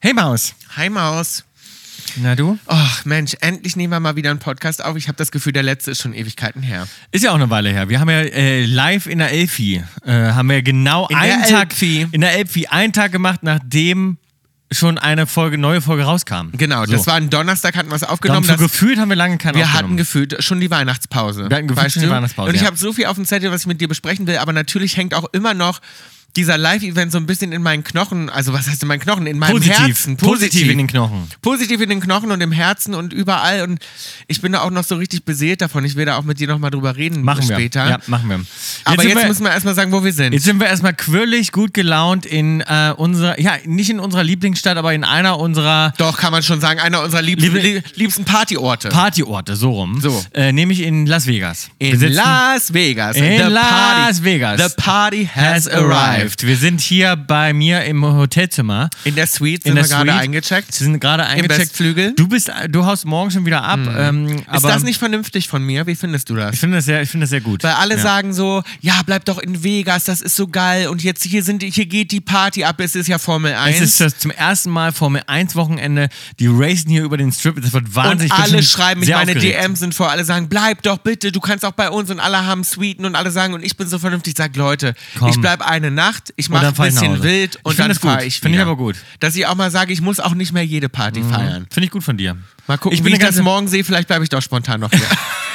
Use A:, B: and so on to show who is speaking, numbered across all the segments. A: Hey Maus.
B: Hi Maus.
A: Na du?
B: Ach Mensch, endlich nehmen wir mal wieder einen Podcast auf. Ich habe das Gefühl, der letzte ist schon Ewigkeiten her.
A: Ist ja auch eine Weile her. Wir haben ja äh, live in der Elfi, äh, haben wir genau
B: In der
A: einen Tag
B: Elfi.
A: in der Elfi einen Tag gemacht, nachdem schon eine Folge, neue Folge rauskam.
B: Genau,
A: so.
B: das war ein Donnerstag, hatten wir es
A: wir haben
B: aufgenommen.
A: so
B: das-
A: gefühlt haben wir lange keinen
B: wir hatten
A: aufgenommen.
B: gefühlt schon die Weihnachtspause.
A: Wir hatten gefühlt schon die
B: du?
A: Weihnachtspause,
B: Und ich
A: ja.
B: habe so viel auf dem Zettel, was ich mit dir besprechen will, aber natürlich hängt auch immer noch dieser Live-Event so ein bisschen in meinen Knochen, also was heißt in meinen Knochen? In meinem
A: positiv,
B: Herzen.
A: positiv, in den Knochen.
B: positiv in den Knochen und im Herzen und überall. Und ich bin da auch noch so richtig beseelt davon. Ich will da auch mit dir nochmal drüber reden
A: Machen wir.
B: später.
A: Ja, machen wir.
B: Aber
A: sind
B: jetzt,
A: wir,
B: müssen wir erstmal sagen, wo wir sind.
A: jetzt sind wir erstmal quirlig, gut gelaunt in äh, unserer, ja, nicht in unserer Lieblingsstadt, aber in einer unserer
B: Doch, kann man schon sagen, einer unserer liebsten,
A: Liebe-
B: lie- liebsten Partyorte.
A: Partyorte, so rum.
B: So.
A: Äh, nämlich in Las Vegas.
B: in
A: Wir sitzen-
B: Las Vegas.
A: In
B: The
A: Las
B: party,
A: Vegas.
B: The party has, arrived.
A: Wir sind hier bei mir im Hotelzimmer.
B: In der Suite
A: In
B: sind
A: der
B: wir gerade
A: Suite.
B: eingecheckt.
A: Sie sind gerade eingecheckt.
B: Westflügel. Hm.
A: Du bist, du haust morgen schon wieder ab. Ähm,
B: Ist
A: aber
B: das nicht vernünftig von mir? Wie findest du
A: Ich
B: das?
A: finde das sehr, ich finde das sehr gut.
B: Weil alle
A: ja.
B: sagen so, ja, bleib doch in Vegas, das ist so geil und jetzt hier sind hier geht die Party ab, es ist ja Formel 1.
A: Es ist das zum ersten Mal Formel 1 Wochenende. Die racen hier über den Strip. Das wird wahnsinnig.
B: und
A: Ich bin schon
B: alle schreiben mich,
A: sehr
B: meine
A: aufgeregt.
B: DMs sind voll, alle sagen, bleib doch bitte, du kannst auch bei uns und alle haben Suiten und alle sagen und ich bin so vernünftig, sag Leute,
A: Komm.
B: ich bleib eine Nacht, ich
A: Und
B: mache
A: dann
B: ein
A: fahr ich nach
B: bisschen
A: Hause.
B: wild und
A: Ich find
B: dann
A: das gut.
B: fahre ich
A: Find ich
B: wieder.
A: aber gut.
B: Dass ich auch mal sage, ich muss auch nicht mehr jede Party feiern.
A: Finde ich gut von dir.
B: Mal gucken,
A: Mhm. ich
B: wie
A: bin
B: ich
A: eine
B: das
A: ganze,
B: morgen sehe, vielleicht bleibe ich doch spontan noch hier.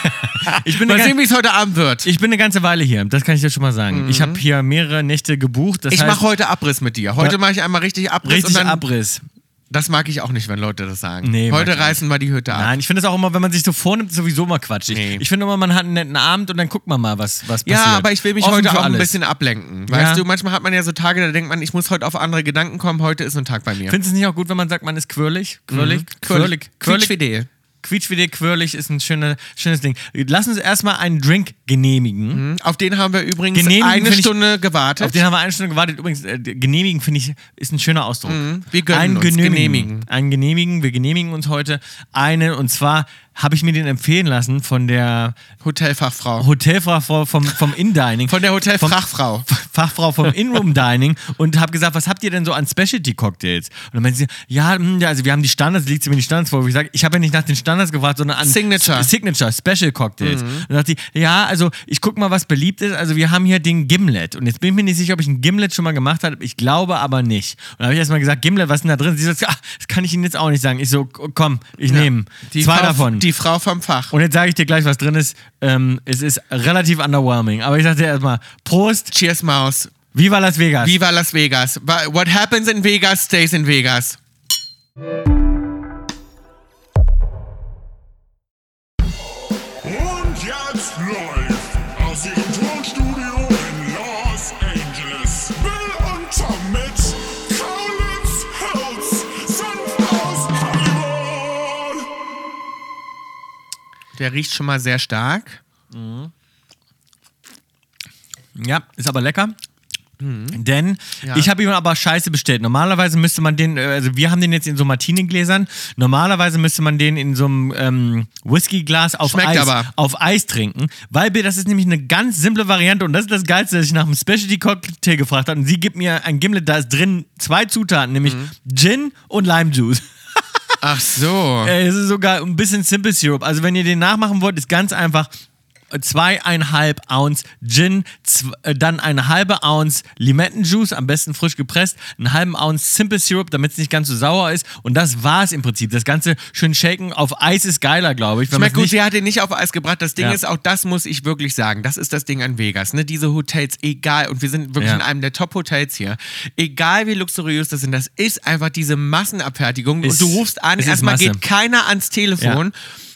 A: ich bin
B: Mal
A: eine
B: sehen,
A: ganze,
B: wie es heute Abend wird.
A: ich bin eine ganze Weile hier. Das kann ich dir schon mal sagen. Ich habe hier mehrere Nächte gebucht. Das
B: Ich
A: heißt,
B: mache heute Abriss mit dir. Heute
A: Ja.
B: mache ich einmal richtig Abriss
A: richtig
B: und dann
A: Abriss.
B: Das mag ich auch nicht, wenn Leute das sagen.
A: Nee, mag ich
B: Heute
A: nicht.
B: reißen wir die Hütte ab.
A: Nein, ich finde es auch immer, wenn man sich so vornimmt, ist sowieso immer quatschig.
B: Nee.
A: Ich finde immer, man hat einen netten Abend und dann guckt man mal, was, was
B: Ja,
A: passiert.
B: aber ich will mich
A: Offen
B: heute
A: für
B: auch ein
A: alles.
B: bisschen ablenken. Weißt
A: Ja.
B: du, manchmal hat man ja so Tage, da denkt man, ich muss heute auf andere Gedanken kommen. Heute ist ein Tag bei mir.
A: Findest du es nicht auch gut, wenn man sagt, man ist quirlig? Quirlig? Quirlig?
B: Mhm. Quirlig.
A: Quirlig? Quietsch wie dir quirlig ist ein schöne, schönes Ding. Lass uns erstmal einen Drink genehmigen.
B: Hm? Auf den haben wir übrigens
A: Genehmigen
B: eine
A: find ich-
B: Stunde
A: Auf
B: gewartet.
A: den haben wir eine Stunde gewartet. Übrigens, äh, genehmigen finde ich, ist ein schöner Ausdruck.
B: Mhm. Wir gönnen
A: Ein
B: uns genehmigen.
A: Ein genehmigen. Wir genehmigen uns heute einen. Und zwar habe ich mir den empfehlen lassen von der
B: Hotelfachfrau.
A: Hotelfrau vom, vom Indining.
B: Von der Hotelfachfrau.
A: Fachfrau vom In-Room Dining und habe gesagt, was habt ihr denn so an Specialty Cocktails? Und dann meinte sie, ja, hm, ja, also wir haben die Standards, liegt sie mir die Standards vor. Wo Ich sage, ich habe ja nicht nach den Standards gefragt, sondern an
B: Signature. Mhm.
A: S- Signature Special Cocktails. Und dann dachte ich, ja, also ich guck mal, was beliebt ist. Also wir haben hier den Gimlet und jetzt bin ich mir nicht sicher, ob ich einen Gimlet schon mal gemacht habe. Ich glaube aber nicht. Und dann habe ich erstmal gesagt, Gimlet, was ist denn da drin? Sie sagt, ah, das kann ich Ihnen jetzt auch nicht sagen. Ich so, komm, ich nehme
B: Die
A: zwei
B: Frau,
A: davon.
B: Die Frau vom Fach.
A: Und jetzt sage ich dir gleich, was drin ist. Ähm, es ist relativ underwhelming. Aber ich sage dir erstmal, Prost,
B: Cheers, Maus.
A: Viva Las Vegas.
B: Viva Las Vegas. Wa- What happens in Vegas stays in Vegas.
C: Und jetzt läuft aus ihrem Tonstudio in Los Angeles Bill und Tom mit Kaulitz Hills sind aus Hollywood.
B: Der riecht schon mal sehr stark.
A: Ja, ist aber lecker. Denn
B: Mhm. Ja.
A: ich habe ihn aber scheiße bestellt. Normalerweise müsste man den, äh, also wir haben den jetzt in so Martini-Gläsern. Normalerweise müsste man den in so einem ähm, Whisky-Glas auf,
B: Schmeckt
A: Eis-
B: aber.
A: auf Eis trinken. Weil Bill, das ist nämlich eine ganz simple Variante und das ist das Geilste, dass ich nach einem Specialty-Cocktail gefragt habe. Und sie gibt mir ein Gimlet, da ist drin zwei Zutaten, nämlich
B: Mhm.
A: Gin und Lime Juice.
B: Ach so.
A: Ey, Äh, es ist sogar ein bisschen Simple Syrup. Also, wenn ihr den nachmachen wollt, ist ganz einfach äh, zweieinhalb Ounz Gin, zw äh, dann eine halbe Ounce Limettenjuice, am besten frisch gepresst, einen halben Ounce Simple Syrup, damit es nicht ganz so sauer ist. Und das war's im Prinzip. Das Ganze schön shaken. Auf Eis ist geiler, glaube ich. wenn
B: Schmeckt
A: man's
B: gut,
A: nicht-
B: sie hat ihn nicht auf Eis gebracht. Das Ding
A: Ja.
B: ist, auch das muss ich wirklich sagen, das ist das Ding an Vegas. Ne? Diese Hotels, egal, und wir sind wirklich
A: Ja.
B: in einem der Top-Hotels hier, egal wie luxuriös das sind, das ist einfach diese Massenabfertigung.
A: Ist-
B: und du rufst an,
A: es ist
B: erstmal
A: Masse.
B: geht keiner ans Telefon.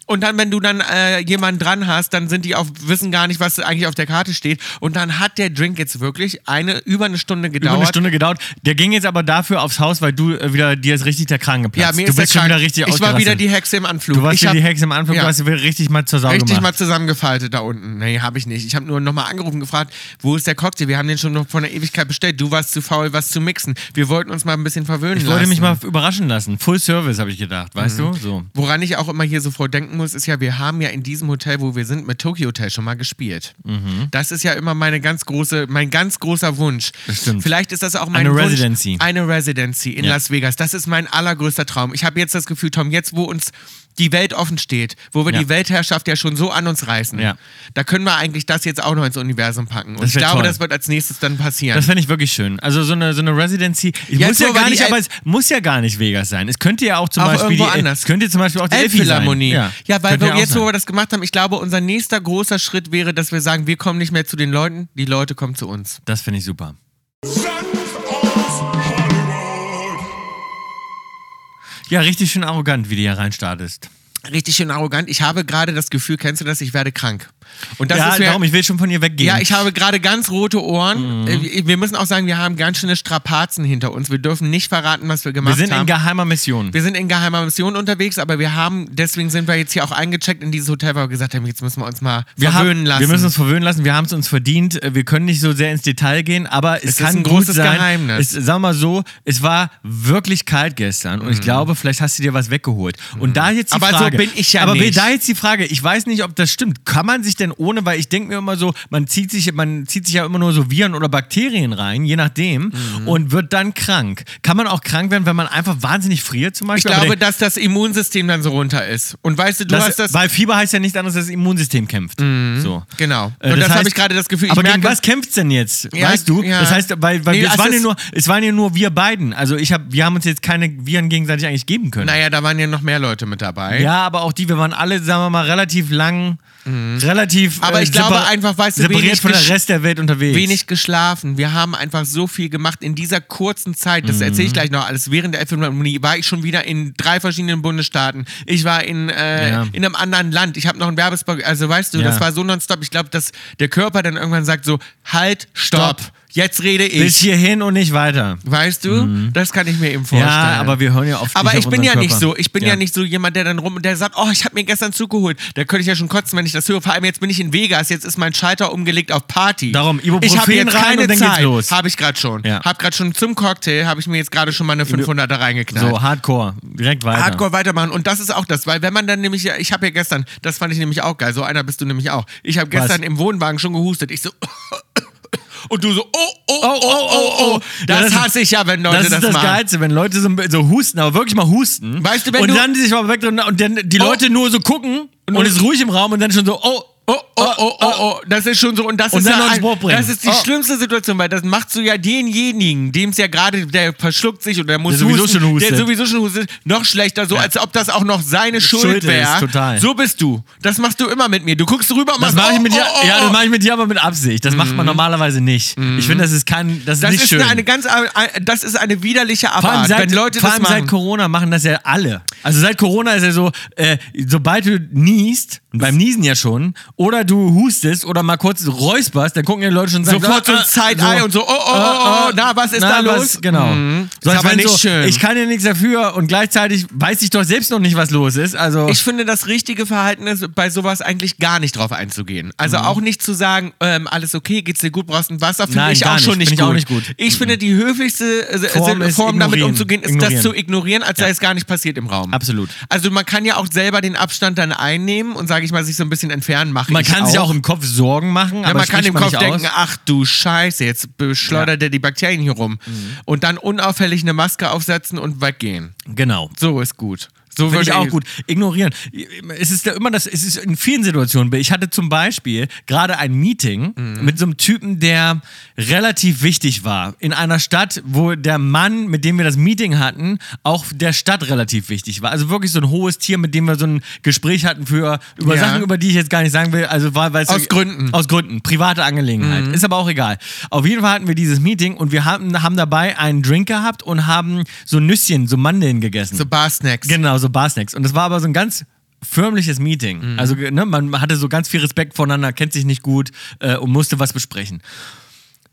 B: Und dann, wenn du dann äh, jemanden dran hast, dann sind die auf, wissen gar nicht, was eigentlich auf der Karte steht. Und dann hat der Drink jetzt wirklich eine über eine Stunde gedauert.
A: über eine Stunde gedauert. Der ging jetzt aber dafür aufs Haus, weil du äh, wieder dir ist richtig der Kragen geplatzt.
B: Ja, mir
A: du
B: ist
A: bist
B: der
A: schon wieder
B: krank.
A: richtig
B: Ich war wieder
A: ausgerastet.
B: die Hexe im Anflug.
A: Du warst
B: ich
A: ja
B: hab-
A: die Hexe im Anfang,
B: Ja.
A: du hast wieder richtig mal zur Sau
B: Richtig
A: gemacht.
B: mal zusammengefaltet da unten. Nee, habe ich nicht. Ich habe nur nochmal angerufen und gefragt, wo ist der Cocktail? Wir haben den schon noch vor einer Ewigkeit bestellt. Du warst zu faul, was zu mixen. Wir wollten uns mal ein bisschen verwöhnen
A: ich
B: lassen. Mhm.
A: wollte mich mal überraschen lassen. Full Service, habe ich gedacht, weißt du? So.
B: Woran ich auch immer hier so vor denken bedenken muss, ist ja, wir haben ja in diesem Hotel, wo wir sind, mit Tokyo Hotel schon mal gespielt.
A: Mhm.
B: Das ist ja immer meine ganz große, mein ganz großer Wunsch.
A: Das stimmt.
B: Vielleicht ist das auch mein
A: Eine
B: Wunsch.
A: Residency.
B: Eine Residency in
A: Ja.
B: Las Vegas. Das ist mein allergrößter Traum. Ich habe jetzt das Gefühl, Tom, jetzt wo uns die Welt offen steht, wo wir
A: Ja.
B: die Weltherrschaft ja schon so an uns reißen,
A: Ja.
B: da können wir eigentlich das jetzt auch noch ins Universum packen. Und
A: Das
B: ich
A: wär
B: glaube,
A: toll.
B: das wird als nächstes dann passieren.
A: Das fände ich wirklich schön. Also so eine, so eine Residency. Ich
B: Ja,
A: muss
B: jetzt,
A: ja
B: wo wir
A: gar
B: die
A: nicht,
B: Elb-
A: aber es muss ja gar nicht Vegas sein. Es könnte ja auch zum
B: Auch
A: Beispiel
B: irgendwo
A: die,
B: anders.
A: Es könnte zum Beispiel auch die Elfi sein.
B: Elbphilharmonie. Ja, weil
A: Könnte
B: wir
A: auch
B: jetzt, wo
A: sein.
B: wir das gemacht haben, ich glaube, unser nächster großer Schritt wäre, dass wir sagen, wir kommen nicht mehr zu den Leuten, die Leute kommen zu uns.
A: Das finde ich super.
C: Senf aus Hollywood.
A: Ja, richtig schön arrogant, wie du hier reinstartest.
B: Richtig schön arrogant. Ich habe gerade das Gefühl, kennst du das, ich werde krank. Und das
A: ja,
B: ist mir,
A: darum, ich Mhm. will schon von hier weggehen.
B: Ja, ich habe gerade ganz rote Ohren. Äh, Wir müssen auch sagen, wir haben ganz schöne Strapazen hinter uns. Wir dürfen nicht verraten, was wir
A: wir
B: gemacht
A: sind
B: haben.
A: in geheimer Mission.
B: wir sind in geheimer Mission unterwegs, aber wir haben, deswegen sind wir jetzt hier auch eingecheckt in dieses Hotel, weil wir gesagt haben, jetzt müssen wir uns mal
A: wir
B: verwöhnen
A: haben,
B: lassen.
A: Wir müssen uns verwöhnen lassen, wir haben es uns verdient. Äh, Wir können nicht so sehr ins Detail gehen, aber es,
B: ist
A: kann
B: ein
A: gut
B: großes
A: sein.
B: Geheimnis.
A: Es, sagen wir mal so, es war wirklich kalt gestern und ich glaube, vielleicht hast du dir was weggeholt. Und da jetzt die
B: Mhm. Aber so
A: Frage.
B: bin ich ja
A: aber
B: nicht.
A: da jetzt die Frage, ich weiß nicht, ob das stimmt. Kann man sich denn ohne, weil ich denke mir immer so, man zieht sich, man zieht sich ja immer nur so Viren oder Bakterien rein, je nachdem,
B: Mhm.
A: und wird dann krank. Kann man auch krank werden, wenn man einfach wahnsinnig friert zum
B: ich
A: Beispiel? Aber
B: glaube,
A: der-
B: dass das Immunsystem dann so runter ist. Und weißt du, du hast das.
A: weil Fieber heißt ja nichts anderes, als das Immunsystem kämpft. So.
B: Genau.
A: Äh,
B: Und das,
A: heißt-
B: habe ich gerade das Gefühl. Ich
A: aber
B: merke,
A: gegen was kämpft's denn jetzt?
B: Ja,
A: weißt du?
B: ja.
A: Das heißt, weil, weil
B: Nee,
A: wir, es,
B: also
A: waren ja
B: es-
A: nur, es waren ja nur wir beiden. Also ich hab, wir haben uns jetzt keine Viren gegenseitig eigentlich geben können.
B: Naja, da waren ja noch mehr Leute mit dabei.
A: Ja, aber auch die, wir waren alle, sagen wir mal, relativ lang, relativ.
B: Mhm.
A: äh,
B: Aber ich glaube
A: separ-
B: einfach, weißt du,
A: separiert
B: wenig
A: von der
B: gesch-
A: Rest der Welt unterwegs.
B: Wenig geschlafen. Wir haben einfach so viel gemacht in dieser kurzen Zeit. Das
A: Mhm.
B: erzähle ich gleich noch alles. Während der Elbphilharmonie war ich schon wieder in drei verschiedenen Bundesstaaten. Ich war in, äh,
A: Ja.
B: in einem anderen Land. Ich habe noch einen Werbespot. Also weißt du,
A: Ja.
B: das war so nonstop. Ich glaube, dass der Körper dann irgendwann sagt so, halt, stopp.
A: Stopp.
B: Jetzt rede ich.
A: Bis hierhin und nicht weiter.
B: Weißt du? Das kann ich mir eben vorstellen.
A: Mhm. Ja, aber wir hören ja oft.
B: Aber
A: nicht auf
B: ich bin
A: unseren
B: ja
A: Körper.
B: nicht so. Ich bin ja. nicht so jemand, der dann rum und der sagt, oh, ich habe mir gestern Zug geholt. Da könnte ich ja schon kotzen, wenn ich das höre. Vor allem jetzt bin ich in Vegas. Jetzt ist mein Schalter umgelegt auf Party.
A: Darum, Ibuprofen
B: ich habe jetzt
A: rein
B: keine
A: und dann geht's
B: Zeit.
A: los.
B: Habe ich gerade schon.
A: Ja.
B: Habe gerade schon zum Cocktail habe ich mir jetzt gerade schon mal eine 500er reingeknallt.
A: So, Hardcore. Direkt weiter.
B: Hardcore weitermachen und das ist auch das, weil wenn man dann nämlich, ich habe ja gestern, das fand ich nämlich auch geil, so einer bist du nämlich auch. Ich habe
A: Was?
B: gestern im Wohnwagen schon gehustet. Ich so und du so oh oh
A: Oh,
B: oh oh oh, oh.
A: Ja,
B: das
A: das-
B: hasse ich ja, wenn Leute
A: Das
B: das,
A: ist das
B: machen.
A: Geilste, wenn Leute so, so husten, aber wirklich mal husten.
B: Weißt du, wenn
A: und
B: du-
A: dann die sich mal weg und, und dann die
B: Oh.
A: Leute nur so gucken und,
B: Und-
A: es ist ruhig im Raum und dann schon so, oh,
B: Oh, oh, oh, oh, oh, das ist schon so. Und das
A: Und
B: ist
A: dann
B: ja
A: noch ins Wort bringen.
B: Das ist die
A: Oh.
B: schlimmste Situation, weil das machst du ja denjenigen, dem es ja gerade, der verschluckt sich oder der muss
A: Der sowieso
B: husten,
A: schon hustet.
B: der sowieso schon hustet, noch schlechter, so als ob das auch noch seine Schuld,
A: Schuld ist,
B: wäre.
A: total.
B: So bist du. Das machst du immer mit mir. Du guckst rüber und
A: das
B: machst
A: mache ich mit
B: oh,
A: dir,
B: oh, oh,
A: ja,
B: oh. Mhm.
A: das mache ich mit dir aber mit Absicht. Das macht man normalerweise nicht. Ich finde, das ist kein, das ist
B: Das
A: nicht
B: ist
A: schön.
B: eine ganz, äh, das ist eine widerliche
A: vor allem
B: Abart,
A: seit,
B: wenn Leute
A: vor
B: das
A: allem seit
B: machen.
A: Corona machen das ja alle. Also seit Corona ist ja so, äh, sobald du niest, beim Niesen ja schon, oder du hustest oder mal kurz räusperst, dann gucken ja die Leute schon und sagen,
B: Sofort so ein
A: äh,
B: Side-Eye und so, oh, oh, oh, oh, na, was ist da los?
A: genau.
B: Mhm.
A: So,
B: Ist
A: als
B: aber
A: wenn
B: nicht
A: so,
B: schön.
A: Ich kann ja nichts dafür und gleichzeitig weiß ich doch selbst noch nicht, was los ist. Also
B: Ich finde, das richtige Verhalten ist, bei sowas eigentlich gar nicht drauf einzugehen.
A: Mhm.
B: Also auch nicht zu sagen, ähm, alles okay, geht's dir gut, brauchst ein Wasser, finde
A: Nein,
B: ich
A: gar
B: auch
A: nicht.
B: schon nicht
A: Finde ich
B: gut.
A: auch nicht gut. Mhm.
B: Ich finde, die höflichste äh,
A: Form
B: Form,
A: ist
B: Form damit
A: ignorieren.
B: umzugehen, ist
A: Ignorieren.
B: das zu ignorieren, als sei es gar nicht passiert im Raum.
A: Absolut.
B: Also man kann ja auch selber den Abstand dann einnehmen und, sage ich mal, sich so ein bisschen entfernen machen.
A: man
B: ich
A: kann sich auch im Kopf Sorgen machen,
B: ja,
A: aber
B: man kann
A: spricht
B: im Kopf
A: nicht aus.
B: denken, ah. ach du Scheiße, jetzt beschleudert er die Bakterien hier rum.
A: Mhm.
B: Und dann unauffällig eine Maske aufsetzen und weggehen.
A: Genau.
B: So ist gut. So
A: Finde
B: würde
A: ich auch gut. Ignorieren. Es ist ja immer das, es ist in vielen Situationen. Ich hatte zum Beispiel gerade ein Meeting
B: Mhm.
A: mit so einem Typen, der relativ wichtig war. In einer Stadt, wo der Mann, mit dem wir das Meeting hatten, auch der Stadt relativ wichtig war. Also wirklich so ein hohes Tier, mit dem wir so ein Gespräch hatten für, über
B: Ja.
A: Sachen, über die ich jetzt gar nicht sagen will. Also war, weil es
B: Aus Gründen. Mhm.
A: aus Gründen, private Angelegenheit. Ist aber auch egal. Auf jeden Fall hatten wir dieses Meeting und wir haben, haben dabei einen Drink gehabt und haben so Nüsschen, so Mandeln gegessen.
B: So Bar-Snacks.
A: Genau, so Barsnacks. Und es war aber so ein ganz förmliches Meeting.
B: Mhm.
A: Also ne, man hatte so ganz viel Respekt voneinander, kennt sich nicht gut äh, und musste was besprechen.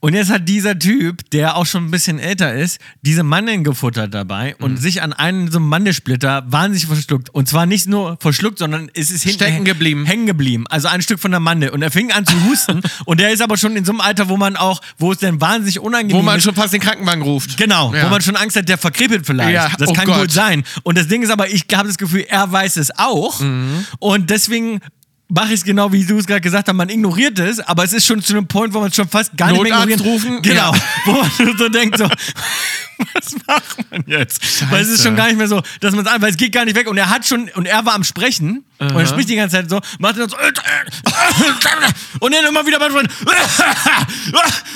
A: Und jetzt hat dieser Typ, der auch schon ein bisschen älter ist, diese Mandeln gefuttert dabei
B: Mhm.
A: und sich an einen so einem Mandelsplitter wahnsinnig verschluckt. Und zwar nicht nur verschluckt, sondern es ist hinten
B: Stecken geblieben.
A: hängen geblieben. Also ein Stück von der Mandel. Und er fing an zu husten. und der ist aber schon in so einem Alter, wo man auch, wo es dann wahnsinnig unangenehm
B: Wo man
A: ist.
B: schon fast den Krankenwagen ruft.
A: Genau,
B: Ja.
A: wo man schon Angst hat, der verkribbelt vielleicht.
B: Ja,
A: Das
B: oh
A: kann
B: Gott.
A: gut sein. Und das Ding ist aber, ich habe das Gefühl, er weiß es auch.
B: Mhm.
A: Und deswegen mache ich es genau, wie du es gerade gesagt hast. Man ignoriert es, aber es ist schon zu einem Point, wo man es schon fast gar
B: Notarzt
A: nicht mehr ignorieren
B: rufen?
A: Genau,
B: Ja.
A: wo man schon so denkt, so, was macht man jetzt? Weil es ist
B: Scheiße.
A: schon gar nicht mehr so, dass man es an, weil es geht gar nicht weg. Und er hat schon, und er war am Sprechen und er spricht die ganze Zeit so, macht dann so, und dann immer wieder bei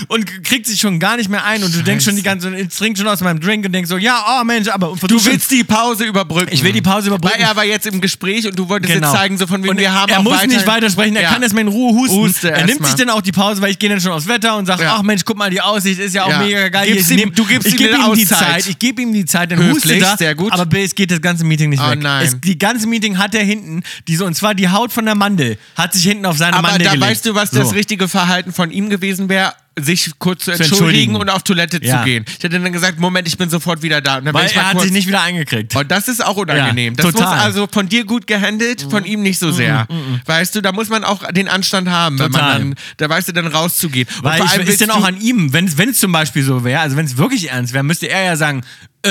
A: und kriegt sich schon gar nicht mehr ein. Und du denkst schon die ganze, ich trinke schon aus meinem Drink und denkst so, ja, oh Mensch, aber und
B: Du
A: versuchst
B: willst die Pause überbrücken.
A: Ich will die Pause überbrücken.
B: Weil er war jetzt im Gespräch und du wolltest
A: Genau.
B: jetzt zeigen, so von wegen,
A: und
B: wir haben
A: er
B: auch
A: muss
B: weiter
A: nicht weitersprechen, er
B: Ja.
A: kann erstmal in Ruhe husten.
B: Huste
A: er nimmt
B: erstmal.
A: sich dann auch die Pause, weil ich gehe dann schon aufs Wetter und sage,
B: Ja.
A: ach Mensch, guck mal, die Aussicht ist ja auch
B: Ja.
A: mega geil.
B: Gibst
A: Hier, ich
B: ihm- du gibst
A: ich
B: ihm
A: geb
B: eine
A: die
B: Auszeit.
A: Zeit. Ich gebe ihm die Zeit, dann
B: Höflich,
A: hustet er.
B: sehr gut.
A: Aber B, es geht das ganze Meeting nicht
B: Oh
A: weg.
B: nein.
A: Es, die ganze Meeting hat er hinten, die so, und zwar die Haut von der Mandel, hat sich hinten auf seine
B: Aber
A: Mandel
B: da
A: gelegt.
B: weißt du, was
A: so.
B: das richtige Verhalten von ihm gewesen wäre, sich kurz zu entschuldigen,
A: entschuldigen.
B: und auf Toilette
A: Ja.
B: zu gehen. Ich hätte dann gesagt, Moment, ich bin sofort wieder da. Und dann wär
A: Weil
B: ich mal
A: er hat
B: kurz
A: sich nicht wieder eingekriegt.
B: Und das ist auch unangenehm.
A: Ja,
B: das
A: total. Mm,
B: muss also von dir gut gehandelt, von ihm nicht so sehr. Weißt du, da muss man auch den Anstand haben, wenn
A: Total.
B: man dann, da weißt du, dann rauszugehen. Und
A: Weil
B: vor
A: ich,
B: allem
A: ist
B: willst
A: denn auch
B: du-
A: an ihm, wenn es wenn es zum Beispiel so wäre, also wenn es wirklich ernst wäre, müsste er ja sagen, äh,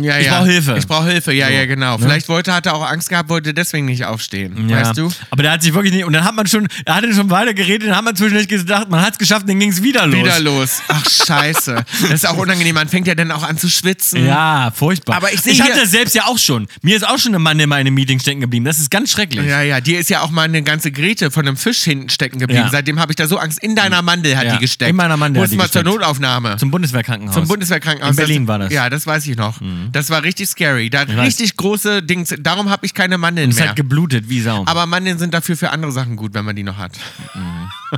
B: ja,
A: ich
B: ja.
A: brauche Hilfe. ne?
B: Ich brauche Hilfe, ja, ja, genau. Vielleicht wollte, hat er auch Angst gehabt, wollte deswegen nicht aufstehen.
A: Ja.
B: Weißt du?
A: Aber der hat sich wirklich nicht. Und dann hat man schon, er hat dann schon weiter geredet, dann hat man zwischendurch gedacht, man hat es geschafft, dann ging es wieder los.
B: Wieder los. Ach, scheiße. Das ist auch unangenehm. Man fängt ja dann auch an zu schwitzen.
A: Mhm. Ja, furchtbar.
B: Aber ich sehe
A: Ich hatte
B: hier-
A: das selbst ja auch schon. Mir ist auch schon ein Mann in meinem Meeting stecken geblieben. Das ist ganz schrecklich.
B: Ja, ja, dir ist ja auch mal eine ganze Grete von einem Fisch hinten stecken geblieben.
A: Ja.
B: Seitdem habe ich da so Angst. In deiner Mandel hat
A: Ja.
B: die gesteckt.
A: In meiner Mandel
B: Muss
A: hat die
B: mal zur
A: gesteckt.
B: Notaufnahme.
A: Zum Bundeswehrkrankenhaus.
B: Zum Bundeswehrkrankenhaus.
A: In Berlin
B: das,
A: war das. Mhm.
B: Ja, das weiß ich noch. Das war richtig scary. Da
A: weiß.
B: richtig große Dings. Darum habe ich keine Mandeln
A: Es
B: mehr.
A: hat geblutet wie Sau.
B: Aber Mandeln sind dafür für andere Sachen gut, wenn man die noch hat.
A: Mhm.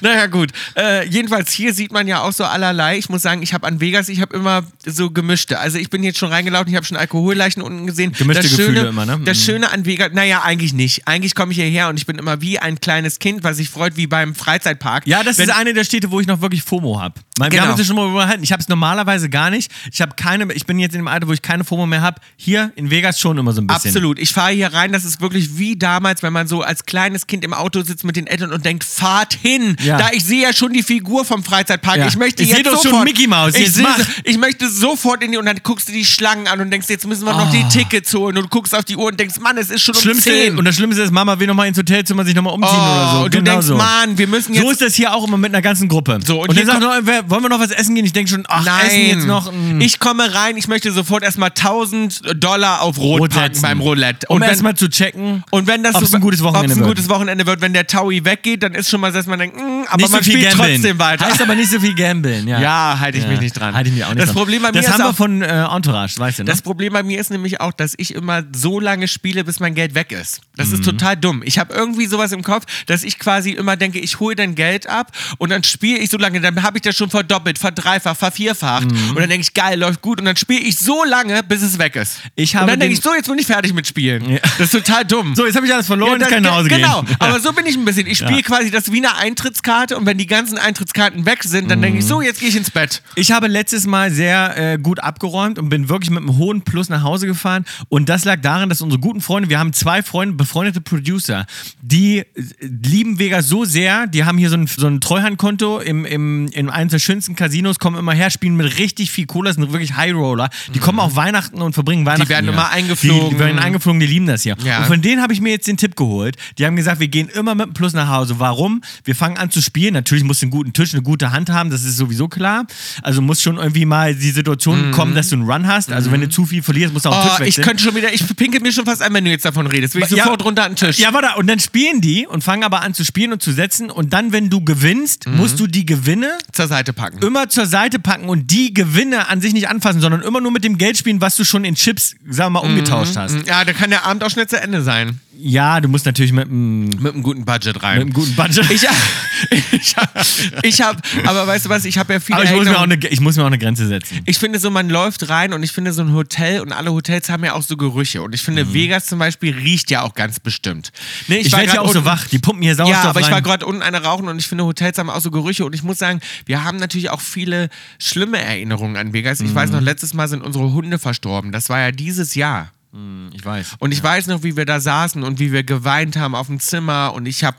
B: naja, gut. Äh, jedenfalls, hier sieht man ja auch so allerlei. Ich muss sagen, ich habe an Vegas, ich habe immer so gemischte. Also ich bin jetzt schon reingelaufen, ich habe schon Alkoholleichen unten gesehen.
A: Gemischte
B: das
A: Gefühle
B: Schöne,
A: immer, ne?
B: Das
A: Mhm.
B: Schöne an Vegas, naja, eigentlich nicht. Eigentlich komme ich hierher und ich bin immer wie ein kleines Kind, was sich freut, wie beim Freizeitpark.
A: Ja, das
B: Wenn-
A: ist eine der Städte, wo ich noch wirklich FOMO habe. Wir
B: Genau.
A: haben uns ja schon mal überhalten. Ich habe es normalerweise gar nicht. Ich habe keine, ich bin jetzt in dem Alter, wo ich keine FOMO mehr habe. Hier in Vegas schon immer so ein bisschen.
B: Absolut. Ich fahre hier rein, das ist wirklich wie damals, wenn man so als kleines Kind im Auto sitzt mit den Eltern und denkt, fahrt hin.
A: Ja.
B: Da ich sehe ja schon die Figur vom Freizeitpark.
A: Ja.
B: Ich möchte
A: Ich
B: jetzt
A: sehe doch schon
B: sofort,
A: Mickey Mouse.
B: Ich,
A: Jetzt
B: sehe-
A: mach.
B: ich möchte sofort in die und dann guckst du die Schlangen an und denkst, jetzt müssen wir noch die Tickets holen und du guckst auf die Uhr und denkst, Mann, es ist schon um
A: Ah. Schlimmste,
B: 10.
A: und das Schlimmste ist, Mama will nochmal ins Hotelzimmer sich nochmal umziehen
B: oh,
A: oder so.
B: und du
A: Genau
B: denkst,
A: so.
B: Mann, wir müssen jetzt
A: So ist das hier auch immer mit einer ganzen Gruppe.
B: So,
A: und
B: und
A: und dann
B: hier
A: sagt noch, irgendwer, wollen wir noch was essen gehen? Ich denke schon, ach,
B: Nein.
A: essen jetzt noch. mm.
B: Ich komme rein, ich möchte sofort erstmal 1000 Dollar auf Rot,
A: Rot
B: packen
A: setzen.
B: beim Roulette.
A: um
B: wenn-
A: erstmal zu checken.
B: Und wenn das
A: Ob's
B: so-
A: ein gutes Wochenende
B: ob's ein
A: wird.
B: gutes Wochenende wird, wenn der Taui weggeht, dann ist schon mal, so, dass man denkt, mm, aber
A: nicht
B: man
A: so viel
B: spielt
A: gambeln.
B: trotzdem weiter.
A: Heißt aber nicht so viel gambeln, ja.
B: ja, halte ich mich nicht dran.
A: Halte ich mich auch nicht
B: das
A: dran.
B: Problem bei mir
A: Das
B: ist
A: haben wir
B: auch,
A: von äh, Entourage, weißt du, ne?
B: das Problem bei mir ist nämlich auch, dass ich immer so lange spiele, bis mein Geld weg ist. Das
A: Mhm.
B: ist total dumm. Ich habe irgendwie sowas im Kopf, dass ich quasi immer denke, ich hole dann Geld ab und dann spiele ich so lange, dann habe ich das schon verdoppelt, verdreifacht, vervierfacht
A: Mhm.
B: und dann denke ich, geil, läuft gut und dann spiele ich so lange, bis es weg ist.
A: Ich
B: und
A: habe
B: dann denke
A: den-
B: ich, so jetzt bin ich fertig mit Spielen.
A: Ja.
B: Das ist total dumm.
A: so, jetzt habe ich alles verloren, jetzt
B: Ja,
A: kann ich nach Hause
B: ge- genau,
A: gehen.
B: aber so bin ich ein bisschen. Ich spiele
A: Ja.
B: quasi das wie eine Eintrittskarte und wenn die ganzen Eintrittskarten weg sind, dann denke ich so, jetzt gehe ich ins Bett.
A: Ich habe letztes Mal sehr äh, gut abgeräumt und bin wirklich mit einem hohen Plus nach Hause gefahren. Und das lag daran, dass unsere guten Freunde, wir haben zwei Freunde, befreundete Producer, die äh, lieben Vegas so sehr, die haben hier so ein, so ein Treuhandkonto im, im, in einem der schönsten Casinos, kommen immer her, spielen mit richtig viel Cola, sind wirklich High Roller. Die kommen auch Weihnachten und verbringen Weihnachten.
B: Mhm. werden
A: hier.
B: immer eingeflogen.
A: Die, die werden eingeflogen, die lieben das hier.
B: Ja.
A: Und von denen habe ich mir jetzt den Tipp geholt. Die haben gesagt, wir gehen immer mit einem Plus nach Hause. Warum? Wir fangen an zu spielen. Natürlich musst du einen guten Tisch, eine gute Hand haben, das ist sowieso klar. Also muss schon irgendwie mal die Situation kommen, dass du einen Run hast. Also wenn du zu viel verlierst, musst du auch einen
B: Mhm. Oh,
A: Tisch
B: ich
A: wechseln.
B: könnte schon wieder, ich pinkel mir schon fast an, wenn du jetzt davon redest. Will ich
A: Ja.
B: sofort runter an den Tisch.
A: ja, warte, und dann spielen die und fangen aber an zu spielen und zu setzen. Und dann, wenn du gewinnst,
B: Mhm.
A: musst du die Gewinne
B: Zur Seite packen.
A: immer zur Seite packen und die Gewinne an sich nicht anfassen, sondern
B: Mhm.
A: immer nur mit dem Geld spielen, was du schon in Chips, sagen wir mal, umgetauscht hast.
B: Ja, da kann der Abend auch schnell zu Ende sein.
A: ja, du musst natürlich mit einem
B: Mit einem guten Budget rein.
A: mit einem guten Budget.
B: ich ich habe, ich hab, aber weißt du was, ich habe ja viele
A: aber ich muss, mir auch
B: Erinnerungen.
A: eine, ich muss mir auch eine Grenze setzen.
B: Ich finde so, man läuft rein und ich finde so ein Hotel und alle Hotels haben ja auch so Gerüche. Und ich finde, Vegas zum Beispiel riecht ja auch ganz bestimmt. Nee,
A: Ich,
B: war
A: werde ja
B: grad
A: auch so
B: unten-
A: wach. Die pumpen hier Sauerstoff
B: Ja, aber ich
A: rein.
B: war gerade unten eine rauchen und ich finde, Hotels haben auch so Gerüche. Und ich muss sagen, wir haben natürlich auch viele schlimme Erinnerungen an Vegas. Ich
A: Mhm.
B: weiß noch, letztes Mal sind unsere Hunde verstorben. Das war ja dieses Jahr.
A: Hm, ich weiß.
B: Und ich weiß noch, wie wir da saßen und wie wir geweint haben auf dem Zimmer. Und ich habe.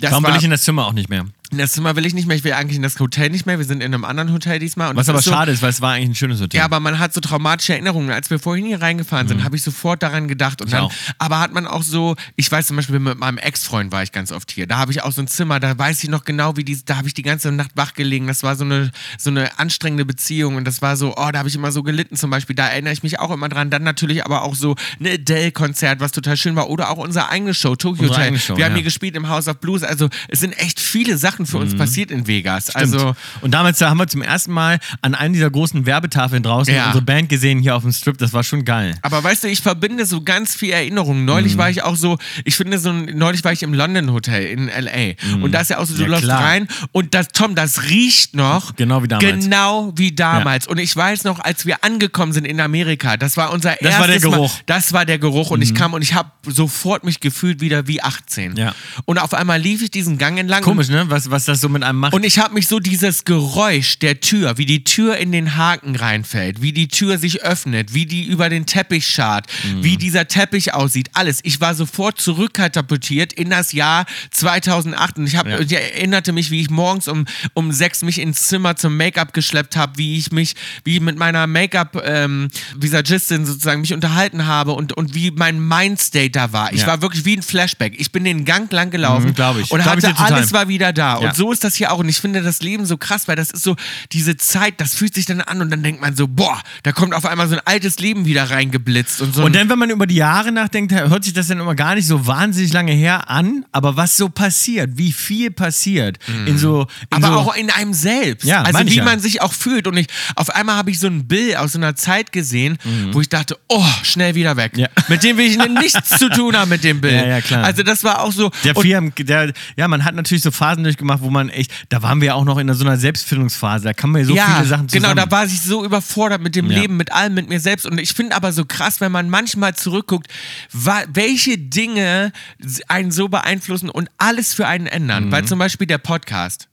A: Warum will ich in das Zimmer auch nicht mehr?
B: in das Zimmer will ich nicht mehr. Ich will eigentlich in das Hotel nicht mehr. Wir sind in einem anderen Hotel diesmal. Und
A: Was
B: das
A: aber
B: ist so,
A: schade ist, weil es war eigentlich ein schönes Hotel.
B: Ja, aber man hat so traumatische Erinnerungen. Als wir vorhin hier reingefahren sind, habe ich sofort daran gedacht. Und
A: Mhm. Ich
B: dann,
A: auch.
B: aber hat man auch so, ich weiß zum Beispiel, mit meinem Ex-Freund war ich ganz oft hier. Da habe ich auch so ein Zimmer, da weiß ich noch genau, wie die, da habe ich die ganze Nacht wach gelegen. Das war so eine, so eine anstrengende Beziehung und das war so, oh, da habe ich immer so gelitten zum Beispiel. Da erinnere ich mich auch immer dran. Dann natürlich aber auch so ein Adele-Konzert, was total schön war. Oder auch unsere eigene Show, Tokyo
A: Unsere
B: Hotel.
A: eigene Show,
B: wir haben
A: ja.
B: hier gespielt im House of Blues. Also es sind echt viele Sachen für uns passiert in Vegas. Also
A: Mhm. Stimmt. und damals da haben wir zum ersten Mal an einer dieser großen Werbetafeln draußen
B: Ja.
A: unsere Band gesehen hier auf dem Strip. Das war schon geil.
B: Aber weißt du, ich verbinde so ganz viel Erinnerungen. Neulich
A: Mhm.
B: war ich auch so, ich finde so, ein- neulich war ich im London Hotel in L.A. Und da ist ja auch so, du
A: Mhm. Ja,
B: läufst
A: klar.
B: rein und das, Tom, das riecht noch.
A: Genau wie damals.
B: Genau wie damals. Und ich weiß noch, als wir angekommen sind in Amerika, das war unser
A: Das
B: erstes
A: war der Geruch. Mhm.
B: Mal, das war der Geruch. Und ich kam und ich habe sofort mich gefühlt wieder wie 18.
A: Ja.
B: Und auf einmal lief ich diesen Gang entlang. und
A: Komisch, ne? Was, was das so mit einem macht.
B: und ich habe mich so dieses Geräusch der Tür, wie die Tür in den Haken reinfällt, wie die Tür sich öffnet, wie die über den Teppich schart,
A: Mhm.
B: wie dieser Teppich aussieht, alles. Ich war sofort zurückkatapultiert in das Jahr 2008 und ich, hab,
A: Ja.
B: ich erinnerte mich, wie ich morgens um, um sechs mich ins Zimmer zum Make-up geschleppt habe, wie ich mich, wie mit meiner Make-up-Visagistin sozusagen mich unterhalten habe und, und wie mein Mindstate da war. Ich
A: Ja.
B: war wirklich wie ein Flashback. Ich bin den Gang lang gelaufen
A: Mhm, glaub ich.
B: und
A: Glaub ich dir
B: hatte
A: total.
B: alles, war war wieder da.
A: Ja.
B: Und so ist das hier auch. Und ich finde das Leben so krass, weil das ist so diese Zeit, das fühlt sich dann an und dann denkt man so, boah, da kommt auf einmal so ein altes Leben wieder reingeblitzt und so.
A: Und dann,
B: ein-
A: wenn man über die Jahre nachdenkt, hört sich das dann immer gar nicht so wahnsinnig lange her an. Aber was so passiert, wie viel passiert in so. In
B: Mhm. aber
A: so,
B: auch in einem selbst.
A: Ja,
B: also
A: meine ich
B: wie
A: ja.
B: man sich auch fühlt. Und ich, auf einmal habe ich so ein Bild aus so einer Zeit gesehen, wo ich dachte, oh, schnell wieder weg.
A: Mhm. Ja.
B: Mit dem will ich nichts zu tun haben mit dem Bild.
A: Ja, ja, klar.
B: Also das war auch so.
A: Der
B: und
A: Firmen, der, ja, man hat natürlich so Phasen durchgemacht, wo man echt, da waren wir ja auch noch in so einer Selbstfindungsphase, da kann man ja so viele Sachen zusammen.
B: Genau, da war ich so überfordert mit dem
A: Ja.
B: Leben, mit allem, mit mir selbst. Und ich finde aber so krass, wenn man manchmal zurückguckt, wa- welche Dinge s- einen so beeinflussen und alles für einen ändern. Weil
A: Mhm.
B: zum Beispiel der Podcast.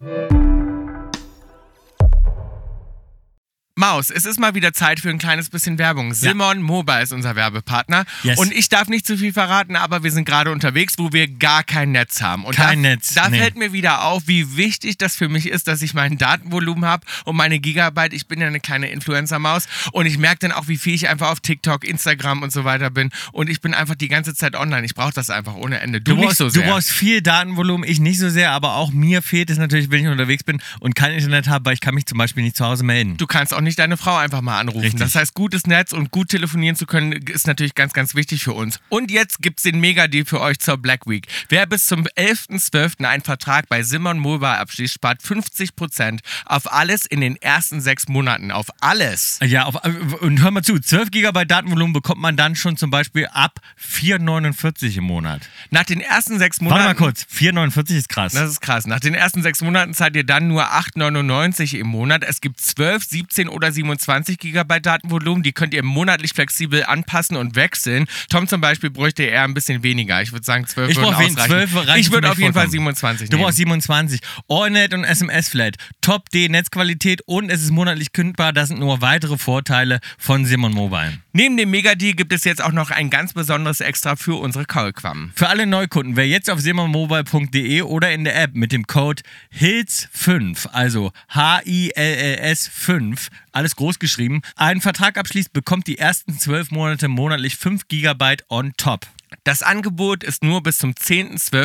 B: Maus, es ist mal wieder Zeit für ein kleines bisschen Werbung. Simon Moba ist unser Werbepartner.
A: Yes.
B: Und ich darf nicht zu viel verraten, aber wir sind gerade unterwegs, wo wir gar kein Netz haben. Und
A: Kein
B: da,
A: Netz,
B: Da
A: nee.
B: fällt mir wieder auf, wie wichtig das für mich ist, dass ich mein Datenvolumen habe und meine Gigabyte. Ich bin ja eine kleine Influencer-Maus und ich merke dann auch, wie viel ich einfach auf TikTok, Instagram und so weiter bin. Und ich bin einfach die ganze Zeit online. Ich brauche das einfach ohne Ende. Du,
A: Du
B: nicht
A: brauchst,
B: so sehr.
A: du brauchst viel Datenvolumen, ich nicht so sehr, aber auch mir fehlt es natürlich, wenn ich unterwegs bin und kein Internet habe, weil ich kann mich zum Beispiel nicht zu Hause melden.
B: du kannst auch nicht deine Frau einfach mal anrufen.
A: Richtig.
B: Das heißt, gutes Netz und gut telefonieren zu können, ist natürlich ganz, ganz wichtig für uns. Und jetzt gibt's den Mega-Deal für euch zur Black Week. Wer bis zum 11.12. einen Vertrag bei Simon Mobile abschließt, spart 50% auf alles in den ersten sechs Monaten. Auf alles.
A: Ja, auf, äh, und hör mal zu, 12 GB Datenvolumen bekommt man dann schon zum Beispiel ab 4,49 im Monat.
B: Nach den ersten sechs Monaten...
A: Warte mal kurz, 4,49 ist krass.
B: Das ist krass. Nach den ersten sechs Monaten zahlt ihr dann nur 8,99 im Monat. Es gibt 12, 17 oder 27 Gigabyte Datenvolumen. Die könnt ihr monatlich flexibel anpassen und wechseln. Tom zum Beispiel bräuchte eher ein bisschen weniger. Ich würde sagen 12
A: ich
B: würden
A: brauche jeden
B: ausreichen.
A: 12 reichen
B: Ich
A: für
B: würde
A: mich
B: auf jeden Fall
A: vollkommen.
B: 27
A: Du
B: nehmen.
A: brauchst 27. AllNet und SMS-Flat. Top D Netzqualität und es ist monatlich kündbar. Das sind nur weitere Vorteile von Simon Mobile.
B: Neben dem Mega-Deal gibt es jetzt auch noch ein ganz besonderes Extra für unsere Kaulquammen.
A: Für alle Neukunden, wer jetzt auf simonmobile.de oder in der App mit dem Code HILS5, also H-I-L-L-S 5, alles groß geschrieben, einen Vertrag abschließt, bekommt die ersten 12 Monate monatlich 5 GB on top.
B: Das Angebot ist nur bis zum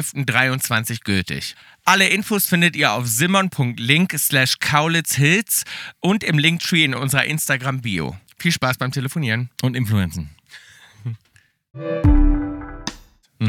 B: 10.12.23 gültig. Alle Infos findet ihr auf simmon.link slash kaulitzhilz und im Linktree in unserer Instagram-Bio. Viel Spaß beim Telefonieren.
A: Und Influenzen.